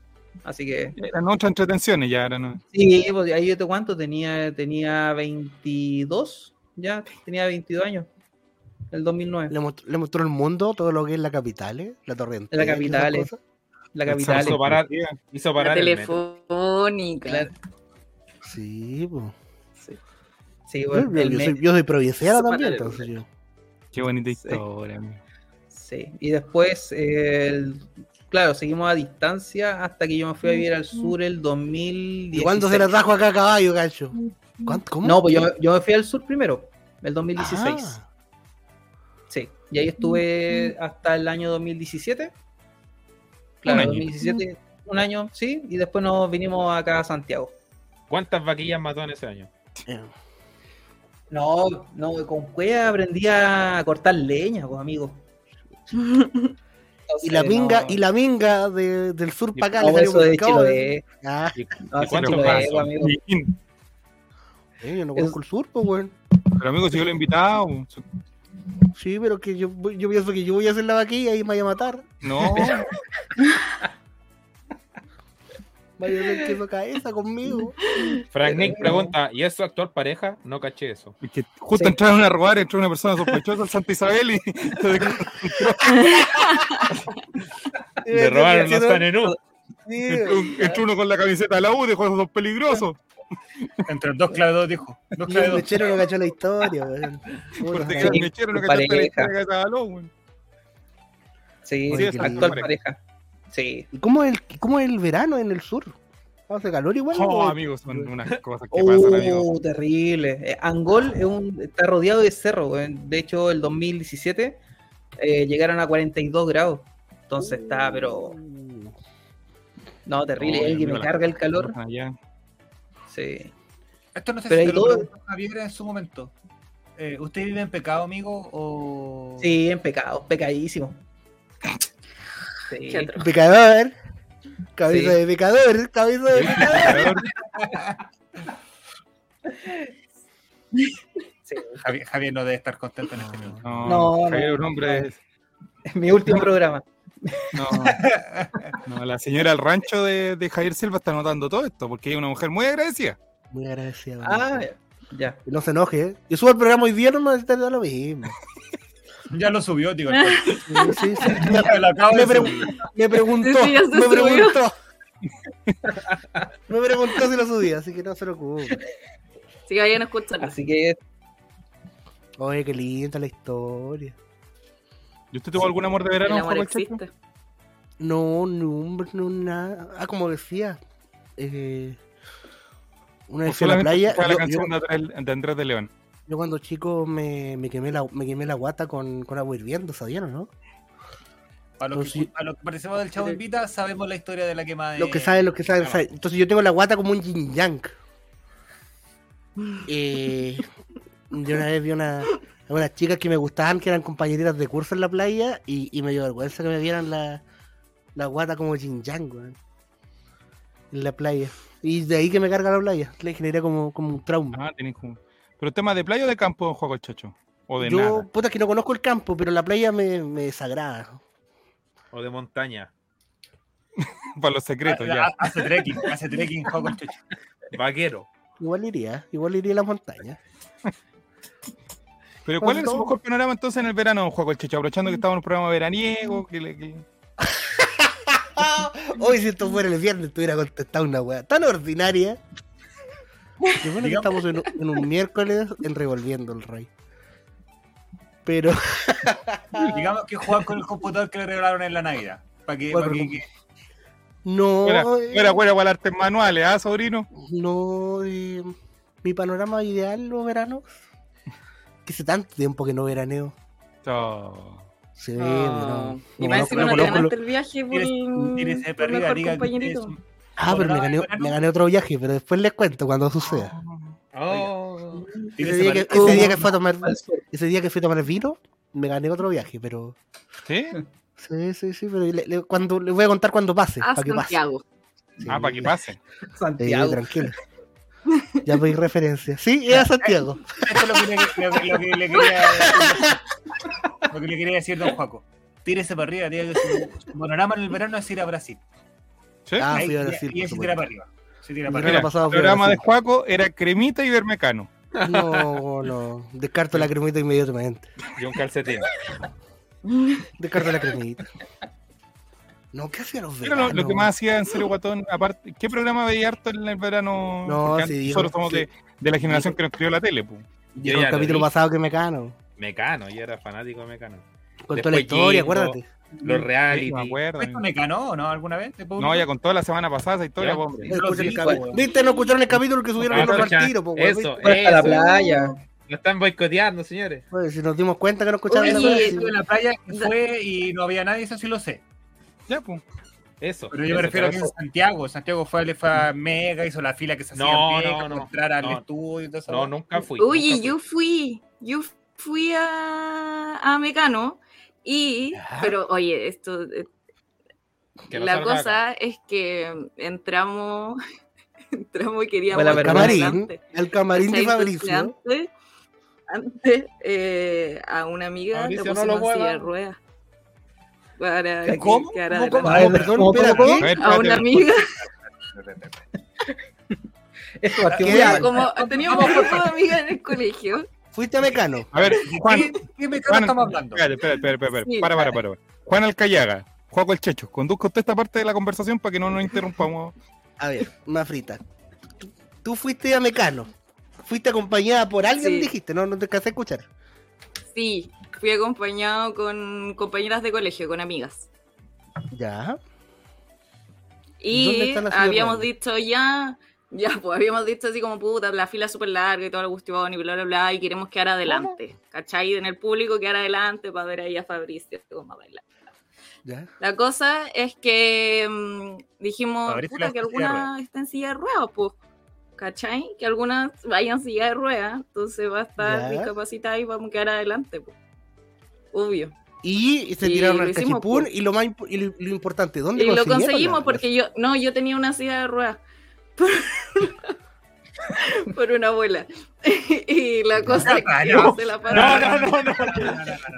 Así que
Eran otras entretenciones ya, eran. ¿no?
Sí, pues, ahí yo te cuánto tenía, tenía 22, ya tenía 22 años, el 2009,
Le, mostr- le mostró el mundo todo lo que es la capital, ¿eh? la torrente.
La capital, eh. la capital.
Hizo parar, hizo
La
parar el metro.
telefónica.
Claro,
Sí, po.
sí,
Yo,
bueno,
yo-
el
yo
me-
soy, yo soy provinciana
Zapata
también,
del
entonces yo.
Qué bonita
Sí.
historia, amigo.
sí. Y después, eh, el- claro, seguimos a distancia hasta que yo me fui a vivir al sur el 2010.
¿Y cuándo se la trajo acá a caballo, gancho? ¿Cuánto? ¿Cómo?
No, pues yo, yo me fui al sur primero, el 2016.
Ah,
Sí, y ahí estuve hasta el año 2017. Claro,
año.
2017, un año, sí, y después nos vinimos acá a Santiago.
¿Cuántas vaquillas mató en ese año?
eh,
No, no, con cueva aprendí a cortar leña, pues amigo.
[LAUGHS] y la minga, y la minga de- del sur
Y
para acá
No, eso de
pescado,
Chiloé.
¿eh? Ah,
¿Y,
No,
y
ese
cuántos
Chiloé,
más
pues,
son?
amigo.
Bien.
eh, yo no conozco el sur, pues, weón.
Pero amigo, si yo lo he invitado,
Sí, pero que yo, yo pienso que yo voy a hacer la vaquilla y me voy a matar.
no,
[LAUGHS]
Me voy a hacer queso cabeza conmigo.
[LAUGHS]
Frank Nick pregunta, ¿y es su actual pareja? No caché eso.
es que justo
Sí.
entraron a robar, entró una persona sospechosa al Santa Isabel y [LAUGHS]
Le robaron los tanenú.
entró, entró uno con la camiseta de la U, dejó a esos dos peligrosos.
Entre dos clave dos, dijo. [LAUGHS] Dos
Y el
clave dos.
lechero no cachó la historia, weón.
Por
Puta,
ti que
sí,
el mechero no
tu
cachaste la
pareja.
historia que estaba loco, güey.
Sí,
Oye, qué
actual
lindo.
pareja. Sí.
¿Y cómo es el, cómo es el verano en el sur? ¿Hace calor igual?
Oh,
pues,
o-
amigos, son unas cosas que pasan, amigo.
Oh, terrible. Eh, Angol es un- está rodeado de cerro. güey. De hecho, el 2017 eh, llegaron a 42 grados. Entonces está,
Uh.
pero. No, terrible.
No,
el que
amigo,
me
la-
carga el calor.
Allá.
Sí.
Esto no sé
Pero
si te
hay
lo
todo-
preguntó Javier en su momento. Eh, ¿Usted vive en pecado, amigo? O...
Sí, en pecado, pecadísimo. Sí.
Qué atroz.
Pecador. Cabeza
Sí.
de pecador. Cabeza de pecador.
Javier, Javier no debe estar contento en
Ah.
este momento.
No,
Uh, No,
Javier
no,
es un hombre.
Mi último programa. [LAUGHS]
No, No, la señora del rancho de, de Javier Silva está notando todo esto porque es una mujer muy agradecida.
Muy agradecido.
Ah, ya.
Y No se enoje, ¿eh? Yo subo el programa hoy día, no me da lo mismo.
Ya lo subió, digo.
Sí, sí, sí.
[LAUGHS] Me lo acabo
Me
de
pregun-
subir.
Me preguntó.
Sí, sí, ya se
me
subió.
preguntó. [LAUGHS] me preguntó si lo subía, así que no se lo ocupe.
Así que vayan a escucharlo.
Así que
Oye, qué linda la historia.
¿Y usted tuvo algún amor de
El
verano?
amor
Juan Pacheco?
pues.
existe.
No, no, hombre, no, nada. Ah, como decía. eh, una
¿O
vez fui a la
solamente
playa.
fue a la
yo- yo-
canción de Andrés- de Andrés de León.
Yo cuando chico me, me quemé, la, me quemé la guata con, con agua hirviendo, ¿sabían o no?
A los que,
Oh, Sí.
a los que participamos del Chavo Invita, sabemos la historia de la quema de.
Los que saben, los que saben,
Ah,
saben. Entonces yo tengo la guata como un yin yang. Eh, yo una vez vi una, a unas chicas que me gustaban, que eran compañeritas de curso en la playa, y, y me dio vergüenza que me vieran la, la guata como yin yang, weón. En la playa. Y de ahí que me carga la playa. Le genera como, como un trauma.
Ah, tenés como- ¿Pero tema de playa o de campo, Juan Colchacho? ¿O Ah, de
yo,
nada?
puta, que no conozco el campo, pero la playa me, me desagrada.
O de montaña.
Para los secretos,
Ah,
ya.
ah, Hace trekking, hace trekking, juego con chucha.
Vaquero.
Igual iría, igual iría a las montañas.
¿Pero
pues
cuál es su
no.
mejor panorama entonces en el verano, Juan Colchacho? Aprovechando
Mm.
que estamos en un programa veraniego. Que le- que-
Hoy si esto fuera el viernes te hubiera contestado una weá tan ordinaria. Qué bueno que estamos en, un- en un miércoles en revolviendo el rey. Pero
Ah.
Digamos que juegan con el computador que le regalaron en la Navidad. Para que,
Bueno,
pa' que-
pero- no,
Fuera,
eh,
fuera, fuera, para las artes manuales, ¿ah, sobrino?
no, eh, mi panorama ideal los veranos. Que hace tanto tiempo que no veraneo.
Oh.
Sí,
Ah,
pero-
Y
no
más encima
conozco- no
no te
conozco lo-
ganaste el viaje por el
Tienes de
por
arriba,
mejor
diga que
compañerito.
tienes un-
Ah, pero me gané,
Colorado,
me gané otro viaje, pero después les cuento cuando suceda.
Oh,
Ese
tienes
día, que,
separado.
ese día que fue a tomar,
Falso.
ese día que fui a tomar vino, me gané otro viaje, pero.
¿Sí?
Sí, sí, sí, pero le, le- cuando, les voy a contar cuando pase.
A
para que pase.
Ah, Santiago.
Sí.
Ah, para que pase.
Sí,
Santiago.
tranquilo. Ya veis referencia. Sí, era Santiago.
Esto es lo que, le, lo que- lo que le quería lo que le quería decir don Juaco. Tírese para arriba, diga que su, su panorama en el verano es ir a Brasil.
¿Sí?
Ah,
Ahí-
fui a Brasil. por
y y él se tira
supuesto.
para arriba. Se tira
Mira,
Mi
para
verano
arriba.
pasado
el
fui a
programa de
Brasil.
Juaco era cremita y bermecano.
No, no. Descarto la cremita inmediatamente.
y un calcetín.
Descarto la cremita. No, ¿qué hacía los
¿Qué era lo,
veranos?
lo que más hacía en serio, Guatón? Aparte, ¿Qué programa veía harto en el verano?
No,
Porque
sí,
nosotros
dijo,
somos
sí.
de, de la generación que nos crió la tele. pu.
Yo
Dijo
ya
el
lo
capítulo
dije.
pasado que me cano.
Mecano, yo era fanático de Mecano.
Contó
Después
la historia,
Jimbo.
acuérdate.
Los reality.
Sí, me acuerdo.
¿Esto me ganó o no alguna vez? ¿Te puedo-
No, ya con toda la semana pasada esa historia,
Ya.
po, hombre.
Yo lo
Escuchen el
sigo,
capítulo.
weón.
¿Viste? No escucharon el capítulo que subieron
Ah,
los
escucha,
al tiro, po, weón.
eso,
Fuera a la
eso.
playa.
Lo están boicoteando, señores.
Oye, si nos dimos cuenta que no escucharon
Oye,
la
Oye,
weá,
sí,
sí.
estuve en la playa que fue y no había nadie, eso sí lo sé.
Ya, pu.
Eso.
Pero yo me
eso,
refiero a que
pero
en Santiago. Santiago fue, le fue a Mega, hizo la fila que se hacía
No,
en Mega
no,
para
no.
entrar al
No.
estudio y todo eso.
eso- No, nunca fui.
Oye,
nunca
yo
fui.
fui, yo fui a, a Mecano y, pero oye, esto, eh,
Que no
la
salga acá.
cosa es que entramos, [LAUGHS] entramos y queríamos
Fue la
ir
Al
verdad.
camarín.
adelante,
Al camarín de
¿cachai?
Fabricio.
Entonces, Antes, antes, eh, a una amiga
Fabricio,
le
no
pusimos
lo
en silla
mueva.
de ruedas para que
¿Cómo?
quedara
¿Cómo, cómo?
adelante.
Ay, perdón, ¿eh?
¿Cómo,
espera,
cómo,
A
¿qué?
ver,
A una
espérate.
amiga
Esto partió
¿Qué?
muy
era
mal.
como [LAUGHS] teníamos grupo de amigas en el colegio.
Fuiste a Mecano.
A ver, Juan,
¿Qué, qué Mecano
Juan-
estamos hablando?
espérate, espérate, espérate, espérate.
Sí,
para, para, para, para. Juan Alcayaga, Juaco el Checho, conduzca usted esta parte de la conversación para que no nos interrumpamos.
[LAUGHS]
A ver, más frita. Tú- Tú fuiste a Mecano. Fuiste acompañada por alguien,
Sí.
dijiste. No, no te cansé de escuchar.
Sí, fui acompañado con compañeras de colegio, con amigas.
Ya. ¿Dónde
Y
está la fila
habíamos
grande?
dicho ya, ya, pues habíamos dicho así como puta, la fila es súper larga y todo el cuestión y bla, bla, bla, y queremos quedar adelante, ¿cachai? En el público quedar adelante para ver ahí a Fabricio como bailar.
Ya.
La cosa es que mm, dijimos
Fabricio
puta,
está
que
en silla de
alguna está en silla de ruedas, pues, ¿cachai? Que algunas vayan en silla de ruedas, entonces va a estar
Ya.
discapacitada y vamos a quedar adelante, pues. Obvio.
Y se
Y
tiraron
lo
al
hicimos,
cachipún.
po.
Y lo más impo- y lo, lo importante, ¿dónde
Y lo
consiguieron
conseguimos
la-
porque yo, no, yo tenía una silla de ruedas [LAUGHS] por, por una abuela. [LAUGHS] Y la cosa es que
no.
se la
No,
pararon.
no, no, no.
no.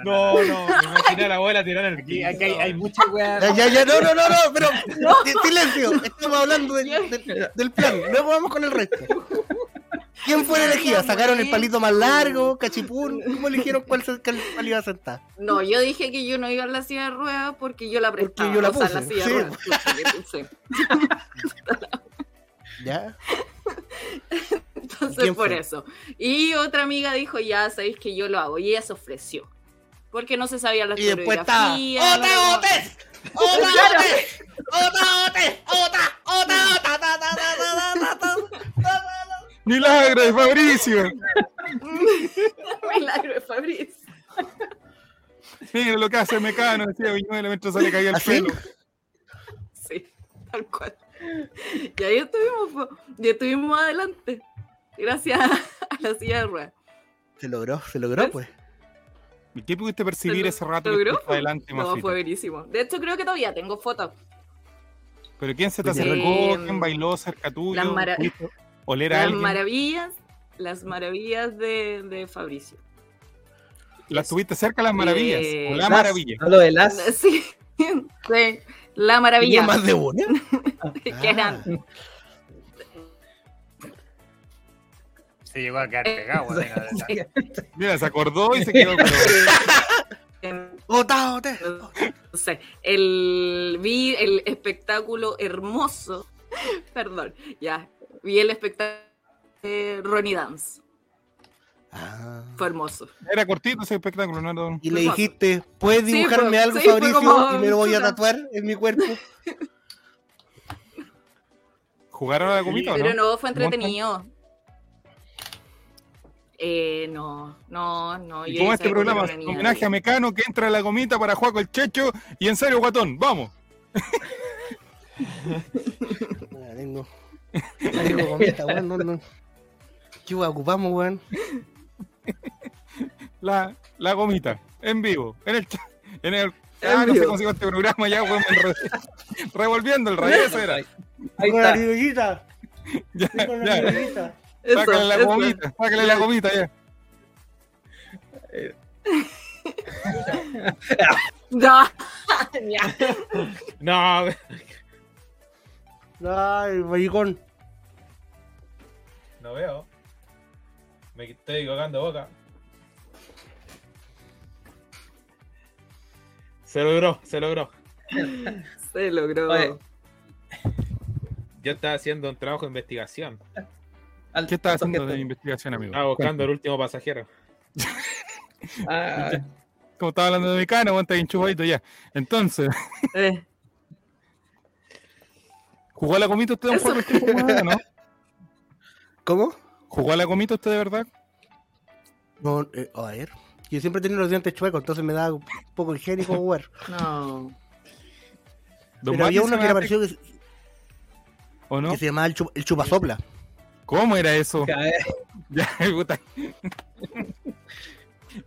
No, no. Me imaginé a la abuela tirar el
[LAUGHS] Aquí,
piso.
aquí hay, hay mucha weá.
Ya, ya, ya, no, no, no, no, pero
[LAUGHS] No.
si- silencio, estamos hablando del, del- del plan, luego vamos con el resto. ¿Quién fue la elegida? ¿Sacaron el palito más largo? ¿Cachipún? ¿Cómo eligieron cuál, se- cuál- cuál iba a sentar?
No, yo dije que yo no iba a la silla de ruedas porque yo la
Porque
prestaba.
yo la
o sea,
puse,
silla de
sí.
ruedas, pucha, le puse.
¿Ya?
Entonces, [LAUGHS]
¿Quién
por
fue?
eso. Y otra amiga dijo, ya sabéis que yo lo hago. Y ella se ofreció. Porque no se sabía la
Y después estaba.
coreografía,
¡Ota,
no lo-
otes! ¡Ota,
Claro.
otes! ¡Ota, otes! ¡Ota, ota, ota, ta, ta, ta, ta, ta, ta, ta, ta, ta!
¡Milagro de Fabricio!
Milagro de Fabriz.
Mira lo que hace Mecano, decía Viñuela mientras se le caía
¿Ah,
el
¿Así?
pelo.
[LAUGHS] Sí, tal cual. Y ahí estuvimos, po, y estuvimos adelante. Gracias [LAUGHS] a la silla de ruedas.
Se logró, se logró, pues.
¿Y qué pudiste percibir
¿Lo-
ese rato que
logró?
estuviste adelante,
No,
Mafita?
fue buenísimo. De hecho, creo que todavía tengo fotos.
¿Pero quién se te
Sí.
acercó? ¿Quién bailó cerca tuyo?
Las mara-
¿Pudiste ¿Oler a
Las
alguien?
maravillas, las maravillas de, de Fabricio. [LAUGHS]
¿Las tuviste cerca las maravillas?
Eh,
¿O la
Las,
maravilla?
Hablo de las.
Sí, [LAUGHS] sí, la
¿Tenía
maravilla.
más de una?
[LAUGHS]
Ah.
Que eran
Se llegó a quedar pegado, weón.
Mira, se acordó y se quedó.
[LAUGHS]
pero-
en-
¡Ota, otes!
[LAUGHS] no sé, el, vi el espectáculo hermoso, [LAUGHS] perdón, ya, vi el espectáculo de Ronnie Dance,
Ah.
fue hermoso.
Era cortito ese espectáculo, ¿no? Era-
Y le
Hermoso.
dijiste, ¿puedes
Pues, Sí,
dibujarme
pues,
algo,
sí, fue
Fabricio?
como,
y me lo voy a
chuta.
tatuar en mi cuerpo.
¿Jugaron a la comita o
Pero
no?
no, fue entretenido. Eh, no, no, no.
Y
yo
como
ya
este
sabía que era
programa,
una niña.
homenaje a Mecano que entra a la gomita para Juaco el Checho y en serio, guatón, vamos.
Ah, tengo. Tengo comida, weón. No, no. ¿Qué weón ocupamos, weón?
La, la gomita, en vivo, en el chat, en el.
En
Ah, no sé
vivo.
cómo se llama este programa ya, weón. me enredé. Revolviendo el rayo, eso era.
Ahí
Con la
está. [LAUGHS]
libellita.
Ya,
Con la
ya.
libellita.
Eso,
Sácale la
eso.
gomita, sácale la gomita ya.
No, ya.
No,
Ay, maricón.
no veo. Me estoy cagando boca. Se logró, se logró.
Se logró.
Oye.
Yo estaba haciendo un trabajo de investigación.
¿Qué estás haciendo de investigación, amigo?
Estaba buscando el último pasajero.
Ah,
Como estaba hablando de Mecano, weón, está bien chupadito ya. Entonces, [LAUGHS]
Eh,
¿jugó a la gomita usted un Juaco el Checho, weón, no?
¿Cómo?
¿Jugó a la gomita usted de verdad?
No, eh, a ver. Yo siempre he tenido los dientes chuecos, entonces me da un poco higiénico jugar.
no.
Don
Pero había
Mati se
uno que
me
le
hace-
pareció que, se-
¿O no?
que se llamaba el, chup- el chupasopla.
¿Cómo era eso?
ya, eh.
Ya, puta.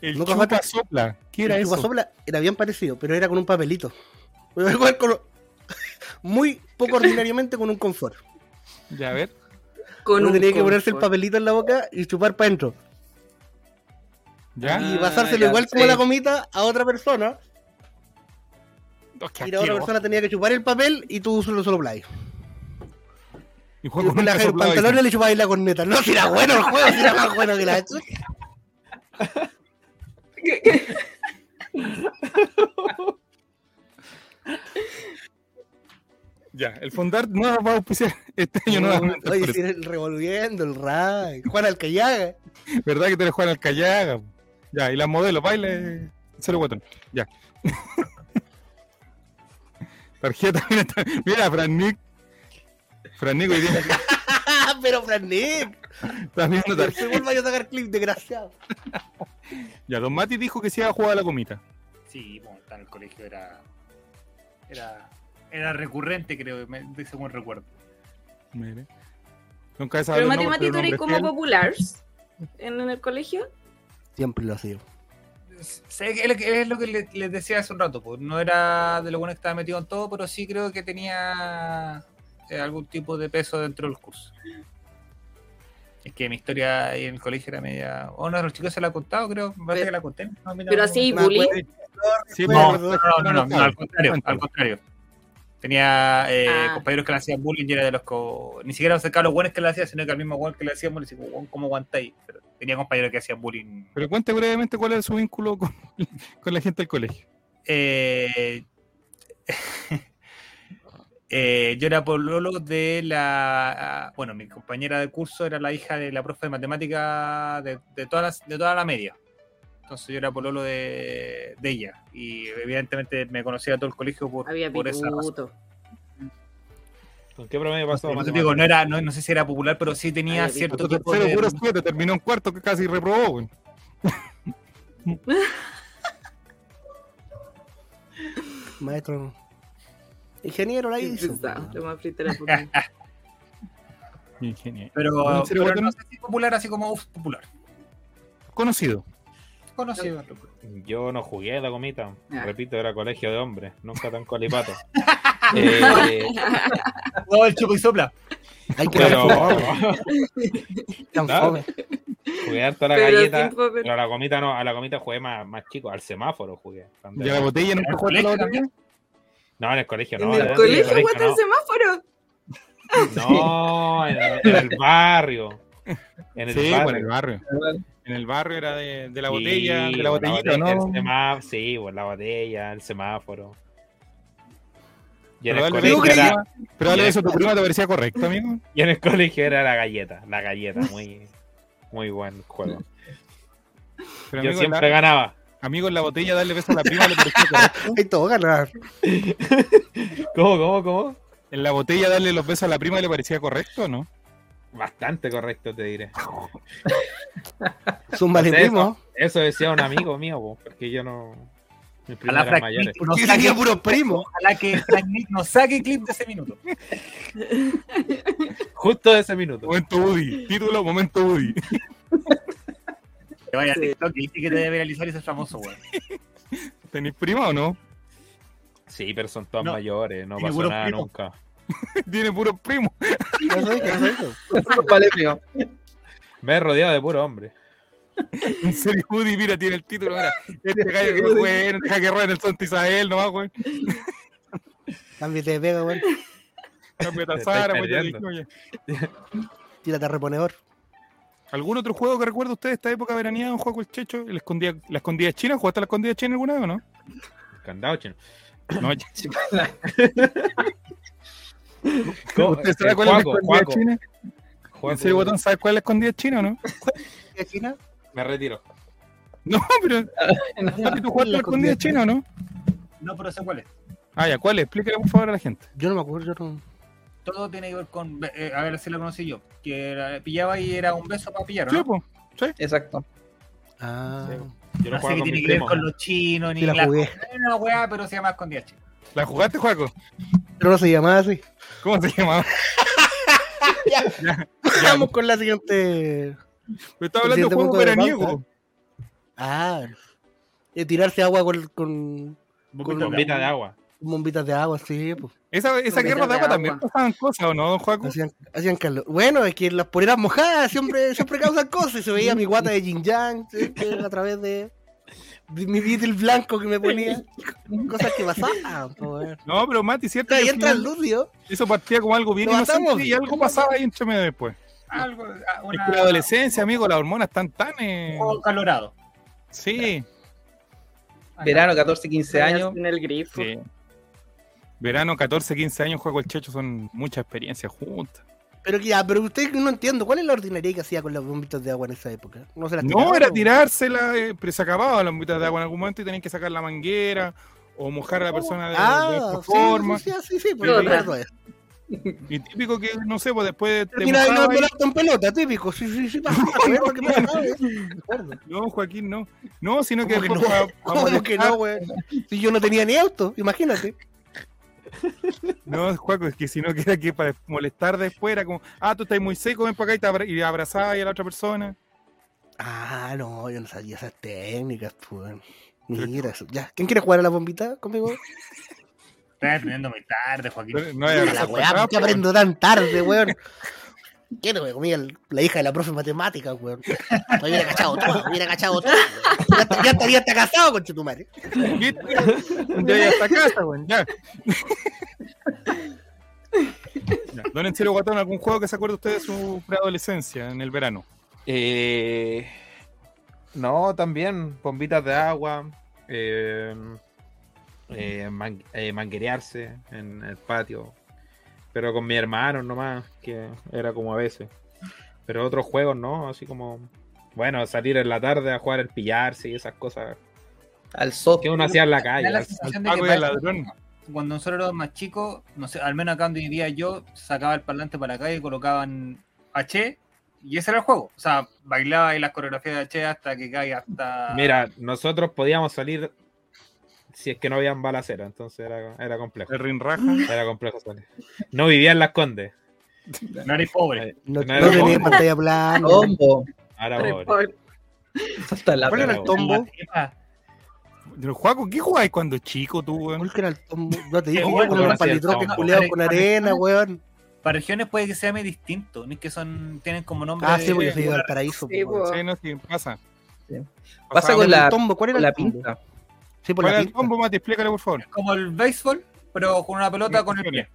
El
Nunca
chupa
falta-
sopla. ¿Qué era
el
eso?
chupasopla era bien parecido, pero era con un papelito. Pero igual con lo- Muy poco ordinariamente con un confort.
Ya, a ver.
Con
Uno
un
tenía que ponerse el
confort.
papelito en la boca y chupar para adentro.
Ya.
Ah,
y pasárselo
ya,
igual como
sí.
la comita a otra persona.
Oh, qué
Y la otra
asqueroso.
persona tenía que chupar el papel y tú solo soplabas.
Y
Y
Juaco
después le
nunca
bajabas el
soplaba,
pantalón y le chupabas la corneta. No, si era bueno el juego, si era más bueno que la chucha.
¿Qué- qué?
dice. Ya, el Fondart no va a auspiciar este año nuevamente.
Oye,
por
si era el revolviendo, el Ray, Juan [LAUGHS] Alcayaga.
eso. ¿Verdad que te le juegan al callaga? po? Ya, y las modelos, baile. Cero guatón. Ya. Tarjeta, mira, está- mira Fran Nick. Fran Nick hoy día
Ah, Pero Fran Nick,
está viendo tarjeta.
se vuelva yo a sacar clip, desgraciado.
Ya, Don Mati dijo que sí había jugado a la comita.
Sí, bueno, estaba en el colegio era. Era. Era recurrente, creo, me- de- según recuerdo.
Mire. Nunca he sabido
Pero
el nombre,
matemático
pero el
eres
nombre
como
es
popular en, en el colegio.
Siempre lo ha sido.
Sé que es lo que- es lo que le- les decía hace un rato, pues, no era de lo bueno que estaba metido en todo, pero sí creo que tenía eh, algún tipo de peso dentro del curso. Es que mi historia ahí en el colegio era media. O uno de los chicos se la ha contado, creo. Me parece
Pero-
que la conté. No, mira,
Pero
no-
así, bullying.
fiel.
pues,
Sí,
No,
pero-
no, no, no, no, al contrario,
Cuéntalo.
al contrario. Tenía eh,
Ah.
compañeros que le hacían bullying y era de los que ni siquiera se acercaba a los buenos que le hacían, sino que al mismo buen que le hacían bullying, como, "Weón, ¿cómo aguantáis? Pero tenía compañeros que hacían bullying.
Pero cuente brevemente cuál es su vínculo [LAUGHS] con, con la gente del colegio.
Eh, [LAUGHS] eh, yo era pololo de la. Bueno, mi compañera de curso era la hija de la profe de matemática de, de, todas las- de toda la media. Entonces yo era pololo de, de ella. Y evidentemente me conocía todo el colegio por,
Había
por esa razón.
pituto.
¿Con qué promedio pasó?
Como te
matemática?
digo, no, era, no, no sé si era popular, pero sí tenía
Ay,
cierto
Tercero,
tipo de...
puro siete, terminó en cuarto que casi reprobó. güey.
Maestro. Ingeniero la
Qué
hizo.
pesado, Lo más frito era popular.
Ingenio.
Pero,
¿En serio,
pero
Guatón?
no sé si popular, así como uf, popular.
Conocido.
Conocido.
Yo no jugué a la gomita.
Ah.
Repito, era colegio de hombres. Nunca tan
[LAUGHS]
colipato. Eh,
[LAUGHS] No, el chupo y sopla.
Hay que
pero [LAUGHS]
tan
claro.
fome.
jugué harto a la
Pero pues,
galleta.
sin papel.
Pero a la gomita no, a la gomita jugué más, más chico, al semáforo jugué. Cuando-
¿Y a la botella nunca
¿En el
jugaste a la
colegio
botella?
No, en el colegio no.
En
en
el colegio, guata el
no.
semáforo.
No, en, en el barrio. En el
Sí,
barrio.
por pues, el barrio.
[LAUGHS]
En el barrio era de, de la botella,
Sí,
de la
por
botellita,
botella,
¿no?
el semá- sí, por la botella, el semáforo. Y en,
Pero
el
dale- Yo
colegio era,
creía- Pero dale eso, tu prima te parecía correcto, amigo.
y en el colegio era la galleta, la galleta, muy, muy buen juego.
Pero
Yo
amigo,
siempre
la,
ganaba.
amigo, en la botella, darle beso a la prima le parecía correcto.
Hay todo ganar.
¿Cómo, cómo, cómo?
En la botella, darle los besos a la prima le parecía correcto, ¿no?
Bastante correcto, te diré.
Son [LAUGHS] vale
Entonces,
primo.
Eso decía un amigo mío, po, porque yo no. Mis primos
Ojalá
eran
Frank
mayores.
Nick nos
Yo
saque,
tenía puros primos.
ojalá que Frank Nick nos saque clip de ese minuto.
Justo de ese minuto.
Momento Woody. Título, momento Woody.
Que vaya
Sí.
a TikTok y dice que te debe viralizar y ser famoso, weón.
¿Tenéis prima o no? [LAUGHS]
Sí, pero son todos
No.
mayores, no
Tiene
pasó
puros
nada
primos.
nunca.
Tiene puros primos.
Ya sabes, ya sabes.
Vale, primo.
Me he rodeado de puro hombre.
En serio, Woody, mira, tiene el título ahora. Este gallo que es bueno, deja que rueden el Santa Isabel, nomás, güey.
Cámbiate de pega, weón.
Cambia
[LAUGHS] Te estáis
Tazara, pues ya
perdiendo.
dijimos ya.
Tírate a reponedor.
¿Algún otro juego que recuerde usted de esta época veraniega, un juego con el checho? ¿La escondida, la escondida china? ¿Jugaste a la escondida china alguna vez o no?
Candado, [COUGHS] chino.
No,
[LAUGHS] ¿Cómo?
¿Usted
Eh,
sabe cuál es la
Juaco,
escondida
Juaco,
china?
Juaco,
¿En serio, Botón, sabes cuál es la escondida china o no? [LAUGHS]
¿Qué China?
Me retiro.
No, pero Mati, ¿tú jugaste a la escondida china o no?
No, pero sé cuál es.
Ah, ya, ¿cuál? es? Explícale por favor a la gente.
Yo no me acuerdo. Yo no...
Todo tiene que ver con. eh, a ver si lo conocí yo. Que era- pillaba y era un beso para pillar, ¿o
Sí,
¿no?
po.
Exacto.
Ah,
Yo
No
lo
sé qué tiene
juego con mis
que ver
primos.
con los chinos, ni
sí la
la
jugué.
una weá, pero se llama con 10
¿La jugaste, Juaco?
Pero no se llamaba así.
¿Cómo se llamaba?
Vamos con la siguiente.
Me estaba hablando de
siguiente
un juego
punto de
veraniego.
pauta. Ah, eh, tirarse agua con, con
Con bombita de agua.
bombitas de agua, sí, pues.
Esa, esa
Con
guerra de
de
agua
agua.
también pasaban cosas, ¿o no, don Juaco?
Hacían, hacían calor. Bueno, es que las poleras
[LAUGHS]
mojadas siempre, siempre causan cosas. Y se veía mi guata de Jin Yang ¿sí? que a través de, de mi Beatle blanco que me ponía. Cosas que pasaban. po, weón.
No, pero Mati, cierto. que
Ahí
al
entra el
final
Lucio.
Eso partía como algo bien
Lo
inocente
matamos.
y algo pasaba ahí entre medio después.
Algo, ah,
Es
una-
que la adolescencia, amigo, las hormonas están tan. eh,
un
Oh,
juego calorado.
Sí,
Verano, 14, 15 años.
En el grifo.
sí. Verano, 14, 15 años, Juaco el Checho son muchas experiencias juntas.
Pero que ya, pero usted no entiendo, ¿cuál es la ordinaria que hacía con las bombitas de agua en esa época? No se las
No,
tiraban,
era
po.
tirársela, eh, pero se acababa la mitad de agua en algún momento y tenían que sacar la manguera o mojar a la persona de, de
Oh, Ah,
esta
sí,
forma.
sí, sí, sí, pues,
Pero
me acuerdo
otra.
de eso.
Y típico que, no sé, pues después te
Terminaba
mojabas
bailando
y-
el acto en pelota, típico. Sí, sí, sí, pasa,
[LAUGHS]
me acuerdo que pasaba eso, me acuerdo.
No, Joaquín, no. No, sino que
¿Cómo que
después
no?
para- para
[LAUGHS] ¿Cómo que
molestar-
no, weón? [LAUGHS] Si yo no tenía ni auto, imagínate.
No, Juaco, es que sino que era que para molestar después era como, ah, tú estás muy seco, ven para acá y, te abra- y abrazaba ahí a la otra persona.
Ah, no, yo no sabía esas técnicas, pues. Mira, eso. Ya. ¿Quién quiere jugar a la bombita conmigo?
Estás aprendiendo muy tarde, Joaquín.
Pero No,
A
era
[LAUGHS] la weá, pues, ¿por qué aprendo tan tarde, weón? ¿Qué no me comía el- la hija de la profe de matemáticas, weón? Me hubiera cachado todo, me hubiera cachado todo. weón. Ya, está- ya estaría hasta casado con tu madre.
pues, ¿Viste? Ya ya está casa, weón,
[LAUGHS]
ya. Ya. Don Encero Guatón, ¿algún juego que se acuerde usted de su preadolescencia en el verano?
Eh, no, también bombitas de agua, eh, eh, man- eh, manguerearse en el patio, pero con mi hermano nomás, que era como a veces. Pero otros juegos no, así como, bueno, salir en la tarde a jugar el pillarse y esas cosas
Al soft.
que uno hacía en la
Me
calle.
da la
al-
sensación de que
Paco y
para-
el ladrón.
cuando nosotros éramos más chicos, no sé, al menos acá donde vivía yo, sacaba el parlante para la calle y colocaban H y ese era el juego. O sea, bailaba y las coreografías de H hasta que cae hasta.
Mira, nosotros podíamos salir si es que no habían balacera, entonces era, era complejo.
El rinraja.
Era complejo salir. No vivía en Las Condes.
No eres pobre.
No,
Nada,
no tenía
weón.
pantalla plana.
Combo.
Ahora pobre.
Report.
Salta Oh, la
¿Cuál era el
weón.
tombo?
Pero, Juaco, ¿qué jugáis cuando chico tú, weón?
¿Cuál era el tombo? No te dije,
Qué
yo
bueno,
con unos
gracias,
palitroques
tombo.
culeados con arena, weón.
Para regiones puede que se llame distinto, no es que son, tienen como nombre.
Ah, sí,
de-
pues yo soy de Valparaíso.
Sí,
po, weón.
po.
Sí, no, sí, pasa.
Sí.
Pasaba.
Pasa con la,
El tombo, ¿Cuál era
con
el
la
tombo?
pinta.
Sí,
¿Cuál
por la
era el
pinta.
combo, Mati? Explícale, por favor.
como el béisbol, pero con una pelota con el pie.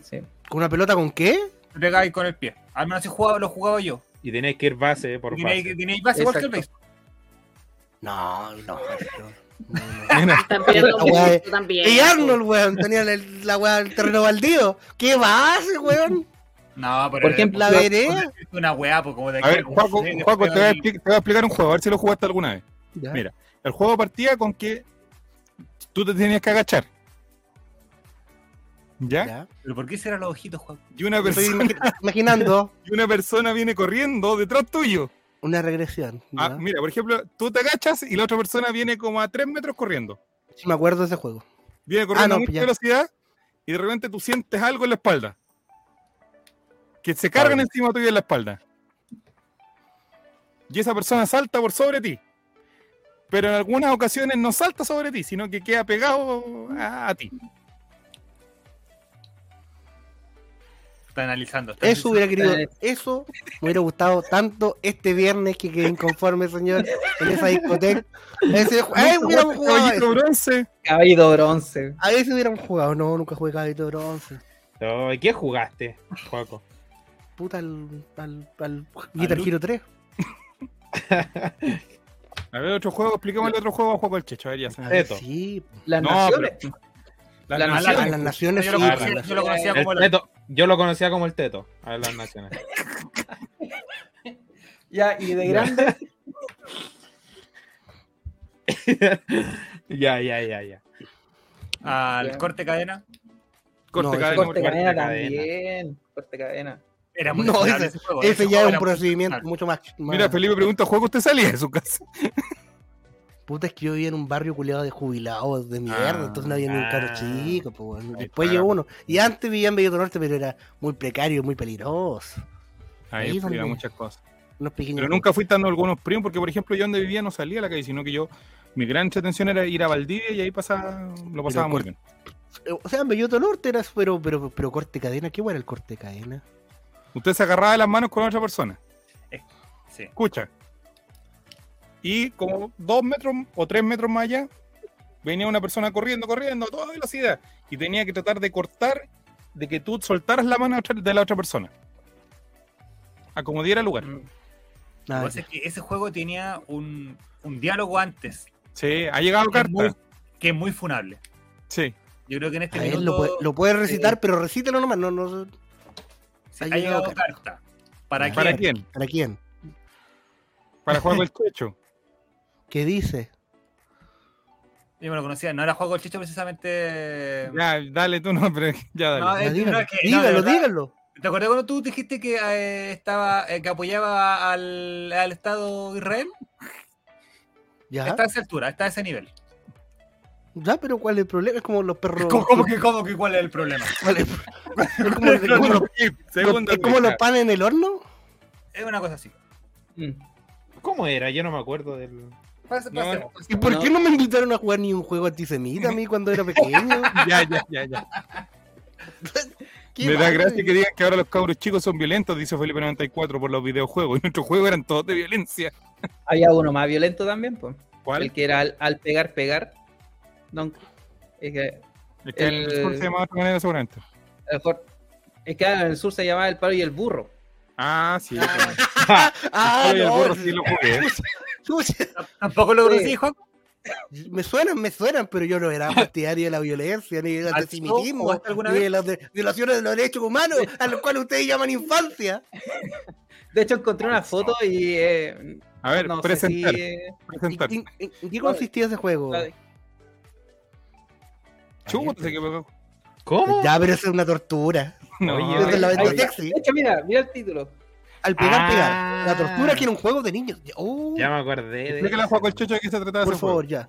Sí.
¿Con una pelota con qué?
Te pegáis con el pie. Al menos así jugaba, lo jugaba yo.
Y tenéis que ir base por
Tenéis
base.
tenéis base igual que el
Exacto.
béisbol.
No, no. no, no.
[LAUGHS]
Están peleando
La weá
mucho también.
Y Arnold, weón, tenía la, la weá el terreno baldío. ¿Qué vas, weón?
No, pero
Por
era-
ejemplo,
La
Yo-
vereda.
es una weá, pues como de
A ver, Juaco,
Sí,
Juaco, te, voy a
ahí-
expli- te voy a explicar un juego, a ver si lo jugaste alguna vez.
Ya.
Mira. El juego partía con que tú te tenías que agachar. ¿Ya?
¿ya?
¿Pero por qué serán los ojitos, Juan?
Y una,
Estoy
persona,
imagi- imaginando
y una persona viene corriendo detrás tuyo.
una regresión.
Ah,
¿ya?
mira, por ejemplo, tú te agachas y la otra persona viene como a 3 metros corriendo.
Sí, me acuerdo de ese juego.
Viene corriendo
no,
a mucha
pues ya.
velocidad y de repente tú sientes algo en la espalda. Que se cargan encima tuyo en la espalda. Y esa persona salta por sobre ti. Pero en algunas ocasiones no salta sobre ti, sino que queda pegado a, a ti.
Está analizando. está
Eso hubiera querido,
Eh.
eso me hubiera gustado tanto este viernes que quedé inconforme, señor, en esa discoteca. Ese, ju- ¡Ay, hubiéramos jugado a
Caballito
eso!
bronce.
Caballito bronce.
A ese hubiéramos jugado, no, nunca jugué caballito de bronce.
No, ¿y ¿Qué jugaste, Juaco?
Puta, al, al, al Guitar
Al-
Hero 3.
A ver, otro juego, expliquémosle otro juego a Juego el Checho. A ver, ya se me-
Teto.
Sí,
pues.
Las
No,
naciones.
La
La-
nación.
a las naciones
Yo
sí.
lo
Ah,
conocía,
pues,
yo lo conocía
El
como la-
teto. Yo lo conocía como el teto, a ver, las naciones. [LAUGHS]
Ya, y de grande.
ya, ya, ya, ya.
al corte cadena.
Corte,
No,
cadena,
ese-
Corte
corte.
cadena
cadena.
también. Corte cadena.
Era muy
No,
desagradable
ese-
juego,
Ese ya
juego
es un
era-
procedimiento mucho más. más-
Mira, pues. Felipe pregunta, ¿juego usted salía de su casa?
Puta, es que yo vivía en un barrio culiado de jubilados de mierda, entonces no había ni un carro
ah.
chico. pues, bueno.
Ahí
Después
está.
llegó uno. Y antes vivía en Belloto Norte, pero era muy precario, muy peligroso.
Ahí
Ahí
explica
donde-
muchas cosas.
Unos pequeños.
Pero nunca fui tan a algunos primos, porque por ejemplo yo donde vivía no salía a la calle, sino que yo, mi gran entretención era ir a Valdivia y ahí pasaba, lo pasaba muy
corte-
bien.
O sea, en Belloto Norte era, pero, pero, pero corte cadena. ¿Qué bueno el corte cadena?
Usted se agarraba de las manos con otra persona,
Sí.
escucha. Y como dos metros o tres metros más allá, venía una persona corriendo, corriendo a toda velocidad. Y tenía que tratar de cortar, de que tú soltaras la mano otra- de la otra persona. A como diera lugar.
Lo que
Nada,
pasa es que ese juego tenía un, un diálogo antes
Sí, ha llegado
que es,
carta.
muy, que es muy funable.
Sí.
Yo creo que eh, en este
a ver,
minuto
lo, puede- lo puedes recitar, pero recítalo nomás. No, no, ha
sí, ha
llegado
llegado carta. ¿Para,
¿Para
quién?
quién?
¿Para quién?
Para jugar el techo.
¿Qué dice?
Yo me lo conocía, no era juego chicho precisamente.
Ya, dale tú, no, pero [LAUGHS] ya dale.
Eh. No, Ah, es
Ya,
que-
dígalo,
no, es que- no, de
dígalo,
verdad.
dígalo.
¿Te acordás cuando tú dijiste que eh, estaba eh, que apoyaba al, al Estado de Israel?
Ya,
Está a esa altura, está a ese nivel.
ya, pero ¿cuál es el problema? Es como los perros.
¿Cómo, cómo que, cómo que cuál es el problema?
[LAUGHS]
¿Cuál es- es como, es como los-
Segundo,
es como los panes en el horno.
Es una cosa así.
Mm.
¿Cómo era? Yo no me acuerdo del.
Pas-
No,
pasemos.
¿Y por
No.
qué no me invitaron a jugar ni un juego antisemita a mí cuando
[LAUGHS]
era pequeño?
Ya, ya, ya, ya.
¿Qué eh.
Me da
mal?
gracia que digan que ahora los cabros chicos son violentos, dice Felipe 94 por los videojuegos. Y nuestros juegos eran todos de violencia.
Había uno más violento también, pues. El
¿Cuál?
que era al, al pegar, pegar. No, es que
Es que el,
el-
sur se llamaba de otra manera seguramente.
a lo mejor. Es que en el sur se llamaba el palo y el burro.
Ah, sí.
[LAUGHS] Ah,
Oye, el
no.
burro sí lo jugué.
chucha.
Tampoco lo conocí,
Sí.
Juan.
Me suenan, me suenan, pero yo no
[LAUGHS]
era partidario de la violencia, ni del
¿Al show
antisemitismo,
jugaste alguna
ni de
vez?
las de- violaciones de los derechos humanos, a los cuales ustedes
[LAUGHS]
llaman infancia.
De hecho, encontré una foto y. eh,
A ver,
no sé si.
presentar,
eh,
¿En,
presentar.
en- en- en qué consistía ese juego?
Chuta, se que pegó.
¿Cómo?
Ya, pero eso es una tortura.
No,
Oye,
Desde la
oye,
ventana
oye.
taxi,
De hecho, mira, mira el título.
al pegar,
Ah.
pegar. La tortura que era
Ah.
un juego de niños. Oh,
Ya me acordé de.
que la jugó el Checho de qué se trataba
por
ese juego.
favor, ya.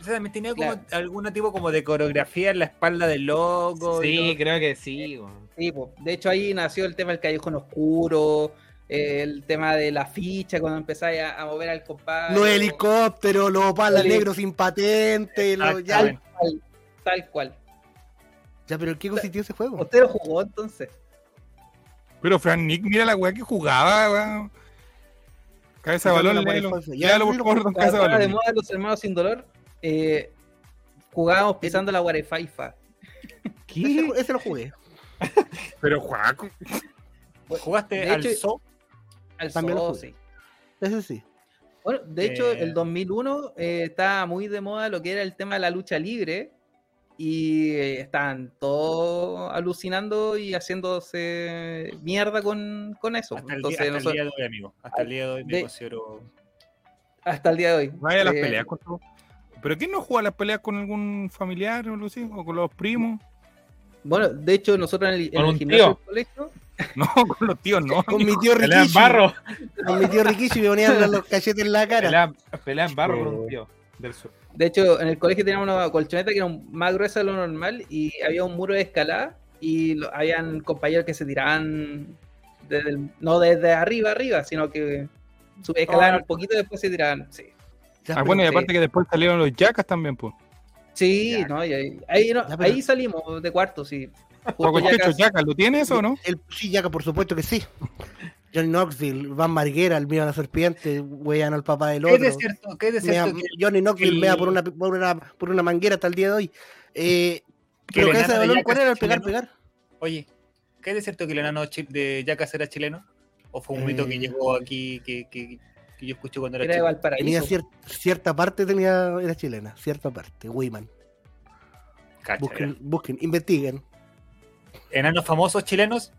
O sea, también tenía como
Claro.
algún tipo como de coreografía en la espalda del loco. y
Sí,
todo.
creo que sí. weón.
Sí, po. De hecho, ahí nació el tema del callejón oscuro, eh, el tema de la ficha, cuando empezáis a, a mover al compadre.
Los helicópteros, los palas
Heli-
negros sin patente, los- ya.
Exactamente.
Tal cual.
Ya, pero ¿en qué consistió ese juego?
¿Usted lo jugó entonces?
Pero Fran Nick, mira la weá que jugaba, weá. Cabeza de
Esa es
balón,
una buena
léalo.
falsa. Ya,
Léalo,
sí,
por
lo
[LAUGHS]
favor, don
Cuando
Cabeza de
estaba de
balón.
moda los hermanos sin dolor, eh, jugábamos pisando la guarefaifa.
Ese, ju- ese lo jugué.
Pero Juaco,
¿Jugaste
De
al
hecho-
zoo?
Al
También lo
zoo,
jugué.
sí.
Ese sí.
Bueno, de hecho,
Eh.
el 2001 eh, estaba muy de moda lo que era el tema de la lucha libre y eh, estaban todos alucinando y haciéndose mierda con, con eso.
Hasta el,
Entonces,
día, hasta el
nosotros-
día de hoy, amigo. Hasta el día de hoy me
de-
considero.
hasta el día de hoy.
vaya a las
Eh,
peleas con todo. ¿Pero quién no juega las peleas con algún familiar o algo así? ¿O con los primos? [LAUGHS]
Bueno, de hecho, nosotros en el, en
Con
el
un
gimnasio
tío.
del colegio,
No, con los tíos no.
Con mi tío
Pelea en
Rikishi.
barro.
Con mi tío Rikishi me ponían
[LAUGHS]
los cachetes en la cara.
Pelea, pelea en barro con un tío del sur.
de hecho, en el colegio teníamos una colchoneta que era un- más gruesa de lo normal y había un muro de escalada y lo- habían compañeros que se tiraban desde el- no desde arriba arriba, sino que sub- escalaban
Oh.
un poquito y después se tiraban. Sí,
Ah, bueno, y
sí.
aparte que después salieron los yacas también, pues.
sí no, y ahí, ahí no-
Ya, pero-
ahí salimos de cuarto, sí.
Juego
Justo ya
Checho
casi-
Yacas, ¿lo tienes o no?
El sí, Yaka, por supuesto que sí. John Knoxville, Van Marguera, el mío a la serpiente, wean al papá del
¿Qué
otro.
es de cierto? ¿Qué es de
Mea-
cierto? que-
Johnny Knoxville
el-
mea por una, por, una, por una manguera hasta el día de hoy. Eh,
que
pero
el
cabeza de
enano
balón,
Jackass
¿cuál era el
era
pegar,
chileno?
pegar?
Oye, ¿qué es de cierto que el enano chi- de Jackass era chileno? ¿O fue un mito
Eh.
que llegó aquí que, que- que yo escuché cuando era,
Era de
chico?
Tenía
Valparaíso.
cier- cierta parte, tenía, era chilena, cierta parte, Wiman.
Cacha,
Busquen, busquen, investiguen.
era. ¿Enanos famosos chilenos?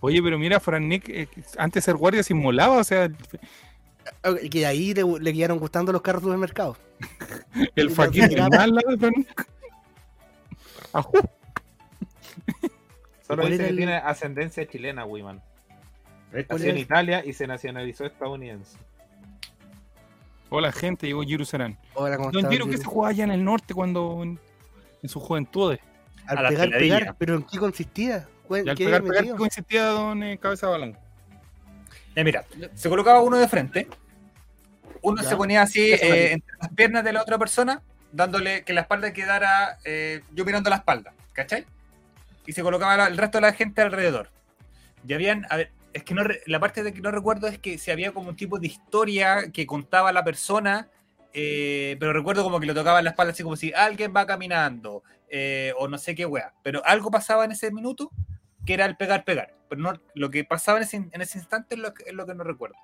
Oye, pero mira, Fran Nick, eh, antes de ser guardia se inmolaba, o sea,
Ah, Que ahí le, le quedaron gustando los carros supermercados.
el
Lo
faquín
tiraba.
mal la de Fran Nick. Ajú.
Solo
¿Cuál
dice
era
que
el- Eh,
tiene ascendencia chilena, Wiman.
¿Cuál
Nació
era
en
el-
Italia y se nacionalizó estadounidense.
Hola, gente, llegó Jiru Serán.
Ahora, ¿cómo
Don
estaba
Jiru,
el-
¿qué se jugaba allá en el norte cuando en, en sus juventudes?
Al
A la
pegar,
pegadilla.
pegar, pero ¿en qué consistía? ¿Cuál-
Y al
qué
pegar,
había
pegar,
metido?
¿cómo insistía Don eh, Cabeza Balón?
Eh, mira, se colocaba uno de frente, uno
Ya.
se ponía así
Ya se
eh,
me-
entre las piernas de la otra persona, dándole que la espalda quedara eh, yo mirando la espalda, ¿cachai? Y se colocaba la- el resto de la gente alrededor. Y habían, a ver, es que no, re- la parte de que no recuerdo es que si había como un tipo de historia que contaba la persona, eh, pero recuerdo como que le tocaba la espalda así como si alguien va caminando, eh, o no sé qué wea. Pero algo pasaba en ese minuto que era el pegar, pegar. Pero no, lo que pasaba en ese, en ese instante es lo, que, es lo que no recuerdo.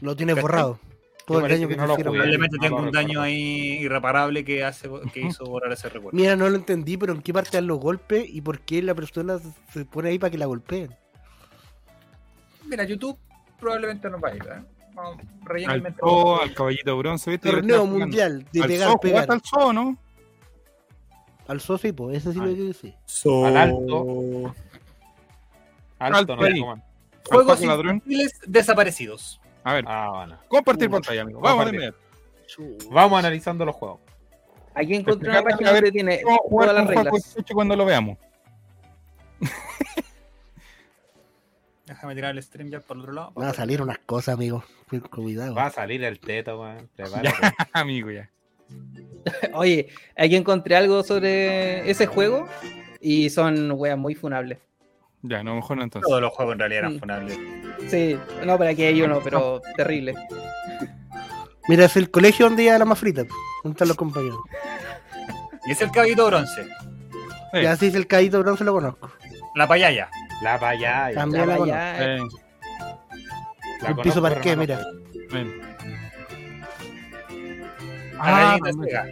Lo tienes
¿Cachai?
borrado. Todo el
parece
daño
que
que,
no
te
lo
hicieron.
jugué.
Probablemente
Pues, no
tengo
lo
un
recuerdo.
daño ahí irreparable que, hace, que
[LAUGHS]
hizo borrar ese recuerdo.
Mira, no lo entendí, pero ¿en qué parte dan los golpes y por qué la persona se pone ahí para que la golpeen?
Mira, YouTube probablemente no va a ir. ¿eh? Vamos, rellena el
Al
mental.
zoo, al caballito bronce, ¿viste?
Torneo
Yo le estaba
mundial de
pegando. al
pegar,
zoo,
pegar.
jugaste al zoo, ¿no?
Al socio, pues, ese sí lo
Al-
que decir.
Al alto. Alto,
Alto
no
ahí.
le coman.
Juegos
Paco Ladrón.
infantiles desaparecidos.
A ver,
Ah, bueno.
compartir
Uh,
pantalla, amigo. Vamos de
compartir.
inmediato.
Vamos analizando los juegos.
Aquí
Explicate,
encontré una
a
página
ver,
donde tiene
Vamos a jugar
todas
con
las
Juan
reglas.
Cochecho cuando lo veamos. [LAUGHS]
Déjame tirar el stream ya por el otro lado.
Van a salir unas cosas, amigo. Cu- Cuidado.
Va a salir el teto, weón. Prepárate.
Amigo, ya.
Oye, aquí encontré algo sobre ese juego y son weas muy funables.
Ya, no, mejor no entonces.
Todos los juegos en realidad eran
Mm.
funables.
Sí, no, para que yo no, pero terrible.
Mira, es el colegio donde ya la más frita. Juntan los compañeros.
Y es el caballito bronce.
Sí.
Ya sí, es el caído bronce lo conozco.
La payaya.
La payaya.
También.
Ya,
Mira la
ya,
Eh,
La
El
conozco,
piso
pero
parqué,
no la
mira.
conozco.
ven.
La
Ah,
gallinita ciega.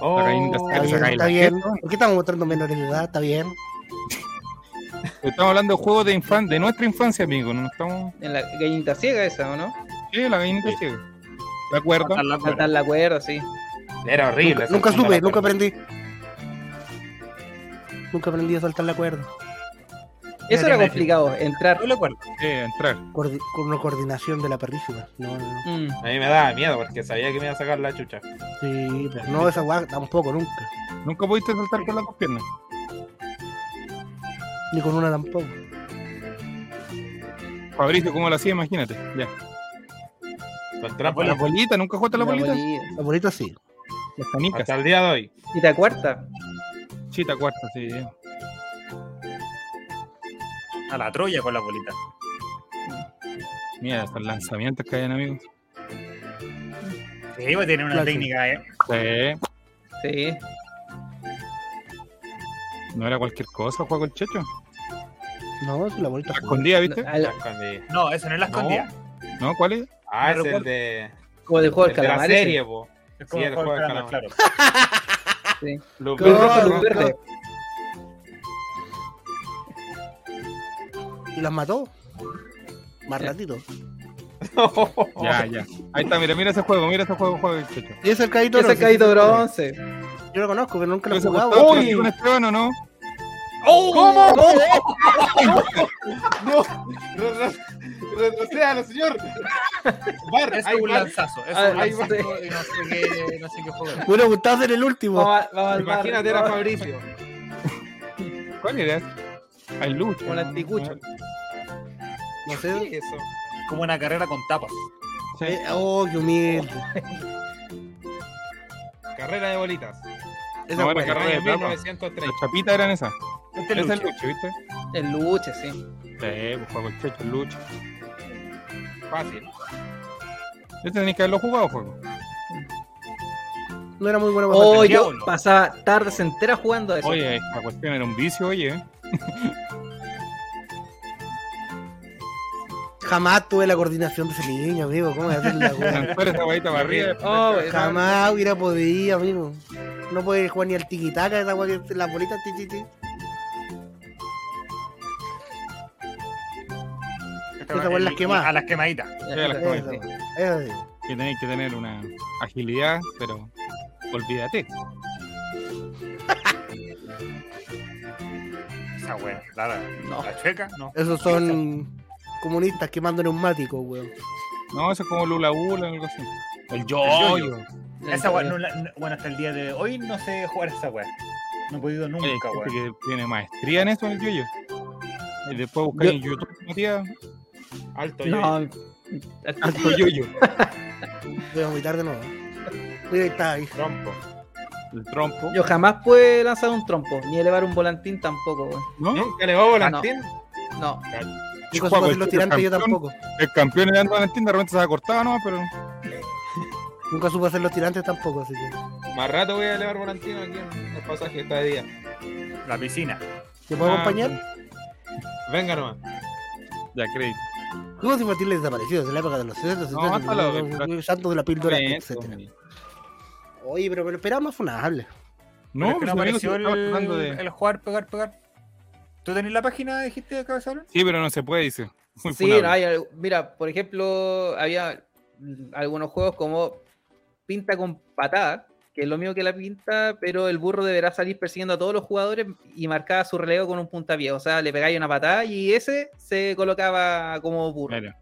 Oh,
gallina
Está
Esa
bien,
cae
está
la
bien.
jeta.
¿Por qué estamos mostrando menores de edad? Está bien.
estamos hablando de juegos de, infan de nuestra infancia, amigo. No estamos.
En la gallinita ciega esa, ¿o no?
Sí, la gallinita
Sí.
ciega. ¿De acuerdo?
Matar la cuerda.
Saltar la cuerda, sí.
Era horrible.
Nunca, nunca
esa segunda
supe,
la
nunca
perdí.
aprendí. Nunca aprendí a saltar la cuerda.
Eso era
Realmente.
complicado, entrar.
No le acuerdo.
Sí, Eh, entrar.
Coordi- Con una coordinación de la perrísima. No, no, no.
Mm,
A mí me daba miedo porque sabía que me iba a sacar la chucha.
Sí, pero no esa guagua tampoco, nunca.
Nunca pudiste saltar con las dos piernas.
Ni con una tampoco.
Fabricio, ¿cómo lo hacía? Imagínate. Ya.
Con trampa.
La bolita, ¿nunca jugaste a la
la
bolita?
bolita.
La bolita sí.
Las canicas.
Hasta el día de hoy.
Y la cuarta.
Chita cuarta, sí. ya.
A la Troya con la bolita.
Mira, hasta lanzamientos que hayan, amigos.
Sí, iba a tener una
Claro, sí.
técnica, ¿eh?
Sí.
Sí.
No era cualquier cosa, juego el checho.
No, sí, la bolita.
La escondía, ¿viste?
No, al-
La escondí.
No, eso no es la
No.
escondida.
¿No? ¿Cuál es?
Ah, es
recuerdo.
el de,
como del juego
el
del
de la
calamar. ese.
serie, po.
Es como el
Sí, el
juego del
juego del
calamar, claro.
Lupin.
Luz roja,
No,
luz verde.
Y las mató. Más ratito.
Ya, ya. Ahí está, mira, mira ese juego, mira ese juego, juego el checho.
Y es el caído
Ese caído bronce.
Ese Yo lo conozco, pero nunca lo he
¿Eso
jugado.
costó
weón.
con Esteban o no?
¡Oh!
¿Cómo? No,
[LAUGHS]
no, retrocédalo, señor. Bar,
Es
hay
un
bar.
lanzazo. es
A ver,
un
Hay
lanzazo.
bar, no, no sé qué, no sé qué jugar.
Bueno, gustaba ser el último.
Vamos a- vamos al bar,
Imagínate
vamos
era
al bar.
Fabricio.
¿Cuál era? Al Lucho.
Con el ticucho.
no
¿Qué
sé.
es eso?
Como una carrera con tapas.
eh, oh, qué humilde.
Carrera de bolitas.
Esa
No,
no,
era
El
carrera de
año
plata.
1930.
Las chapitas eran esas.
Este
Ese
es
es el
Lucho.
Lucho, ¿viste? Sí,
El luche, sí.
pues juego el Checho, el Lucho.
Fácil.
Este tenés que haberlo jugado, juego.
no era muy bueno para
Oh,
el
yo
diablo.
pasaba tardes enteras jugando a eso.
Oye, esta cuestión era un vicio, oye. ¿eh?
saltar. Jamás tuve la coordinación de ese niño, amigo. ¿Cómo voy a hacer la weá?
Lanzar esa guayita para arriba.
Oh, weón.
Jamás hubiera podido, amigo. No puede jugar ni al tiquitaca, esa weá que las bolitas ti, ti, ti.
[LAUGHS]
Esta fue la quemada.
A las quemaditas.
Ya la
Eso,
comiste.
eso sí.
Que tenés que tener una agilidad, pero olvídate.
Esa wea. La, la,
No.
la chueca, no.
Esos son comunistas quemando neumáticos, weón.
No, eso es como Lula Bula o algo así. El
yo-yo.
yo-yo.
Esa wea, no, la- no- bueno, hasta el día de hoy no sé jugar a esa wea. No he podido
Oye, hay
nunca,
gente
wea.
que tiene maestría en eso, en el yo-yo. Y después buscar
Yo-
en YouTube, ¿no, tía?
Alto yo.
No,
Alto yo-yo.
Voy a vomitar de nuevo. Mira, ahí está, ahí.
Trompo.
El trompo.
yo jamás pude lanzar un trompo, ni elevar un volantín tampoco, weón.
¿No?
Nunca le va a volantín.
No,
Y
Yo
con
juego
sus
el
los
Checho
tirantes yo
campeón.
tampoco.
El campeón le anda a la tienda, de repente se ha cortado nomás, pero.
Nunca supe hacer los tirantes tampoco, así que.
Más rato voy a elevar volantino aquí en el pasaje esta de día.
La piscina.
¿Te puedo
Ah,
acompañar?
Venga nomás.
Ya crédito.
Juegos infantiles desaparecidos en la época de los 60, 70,
hasta la-
santos de la píldora,
Bien,
etc.
hombre.
Oye, pero me lo esperaba más funable.
No,
Pero es que
pues,
no
amigo, si
apareció el,
estaba tratando de-
el jugar, pegar, pegar. ¿Tú tenés la página, dijiste, de Cabezalón?
Sí, pero no se puede, dice. Muy
sí,
funable.
no, hay al- mira, por ejemplo, había mm, algunos juegos como pinta con patada, que es lo mismo que la pinta, pero el burro deberá salir persiguiendo a todos los jugadores y marcaba su relevo con un puntapié, o sea, le pegáis una patada y ese se colocaba como burro.
Mira.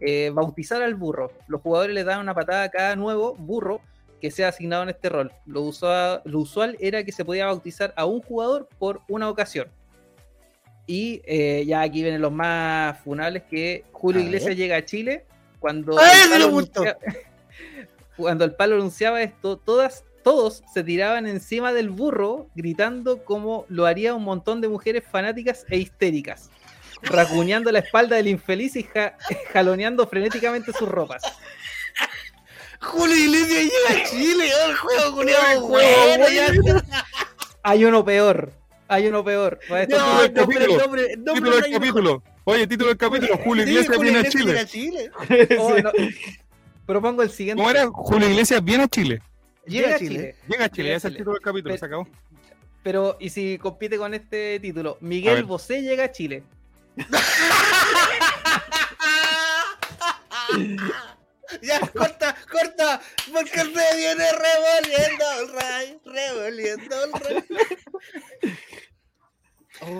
Eh, bautizar al burro, los jugadores le daban una patada a cada nuevo burro que sea asignado en este rol. Lo, usua- lo usual era que se podía bautizar a un jugador por una ocasión. Y eh, ya aquí vienen los más funables que Julio
A
Iglesias
ver.
llega a Chile cuando
¡Ah,
el
se
palo
le gustó!
anuncia- [LAUGHS] cuando el palo anunciaba esto, todas todos se tiraban encima del burro gritando como lo haría un montón de mujeres fanáticas e histéricas, racuñando la espalda del infeliz y ja- [LAUGHS] jaloneando frenéticamente sus ropas.
Julio Iglesias llega a Chile, oh, el juego, culiao,
Buen
bueno,
juego,
ya.
Hay uno peor. Hay uno peor. Para esto
No,
tuve-
el nombre, el nombre, el nombre.
Título
no
del
hay-
capítulo. Oye, título del capítulo. Julio
Sí,
Iglesias
Julio
viene a
Iglesias
Chile.
llega a Chile.
oh, no. Propongo el siguiente.
¿Cómo era? Julio Iglesias viene a Chile.
Llega
Llega a
a Chile.
Chile,
Llega a
ya es el
Chile.
título del capítulo,
Pero-
se acabó.
Pero, ¿y si compite con este título?
A
Miguel
ver.
Bosé llega a Chile.
Ya, corta, corta, porque se viene revolviendo el rayo, revolviendo el rayo.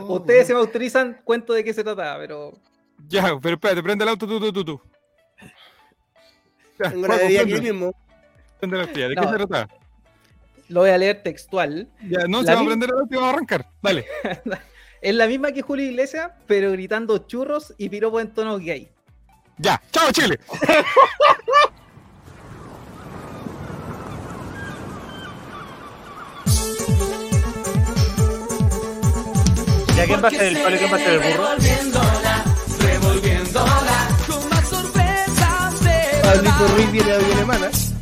Oh,
Ustedes se me autorizan, cuento de qué se trataba, pero.
Ya, pero espérate, prende el auto tú, tú, tú, tú. Ya,
Tengo la
Juaco,
bebida aquí
prende,
mismo.
prende la botella. ¿De
No.
qué se trata?
Lo voy a leer textual.
Ya, no,
La
se va a
misma-
prender el auto y vamos a arrancar. Dale.
Es la misma que Julio Iglesias, pero gritando churros y piropo en tono gay.
Ya, chao Chile.
¿Ya quién va a ser el palo y quién va a ser el burro?
Pablito Ruiz viene de alemana.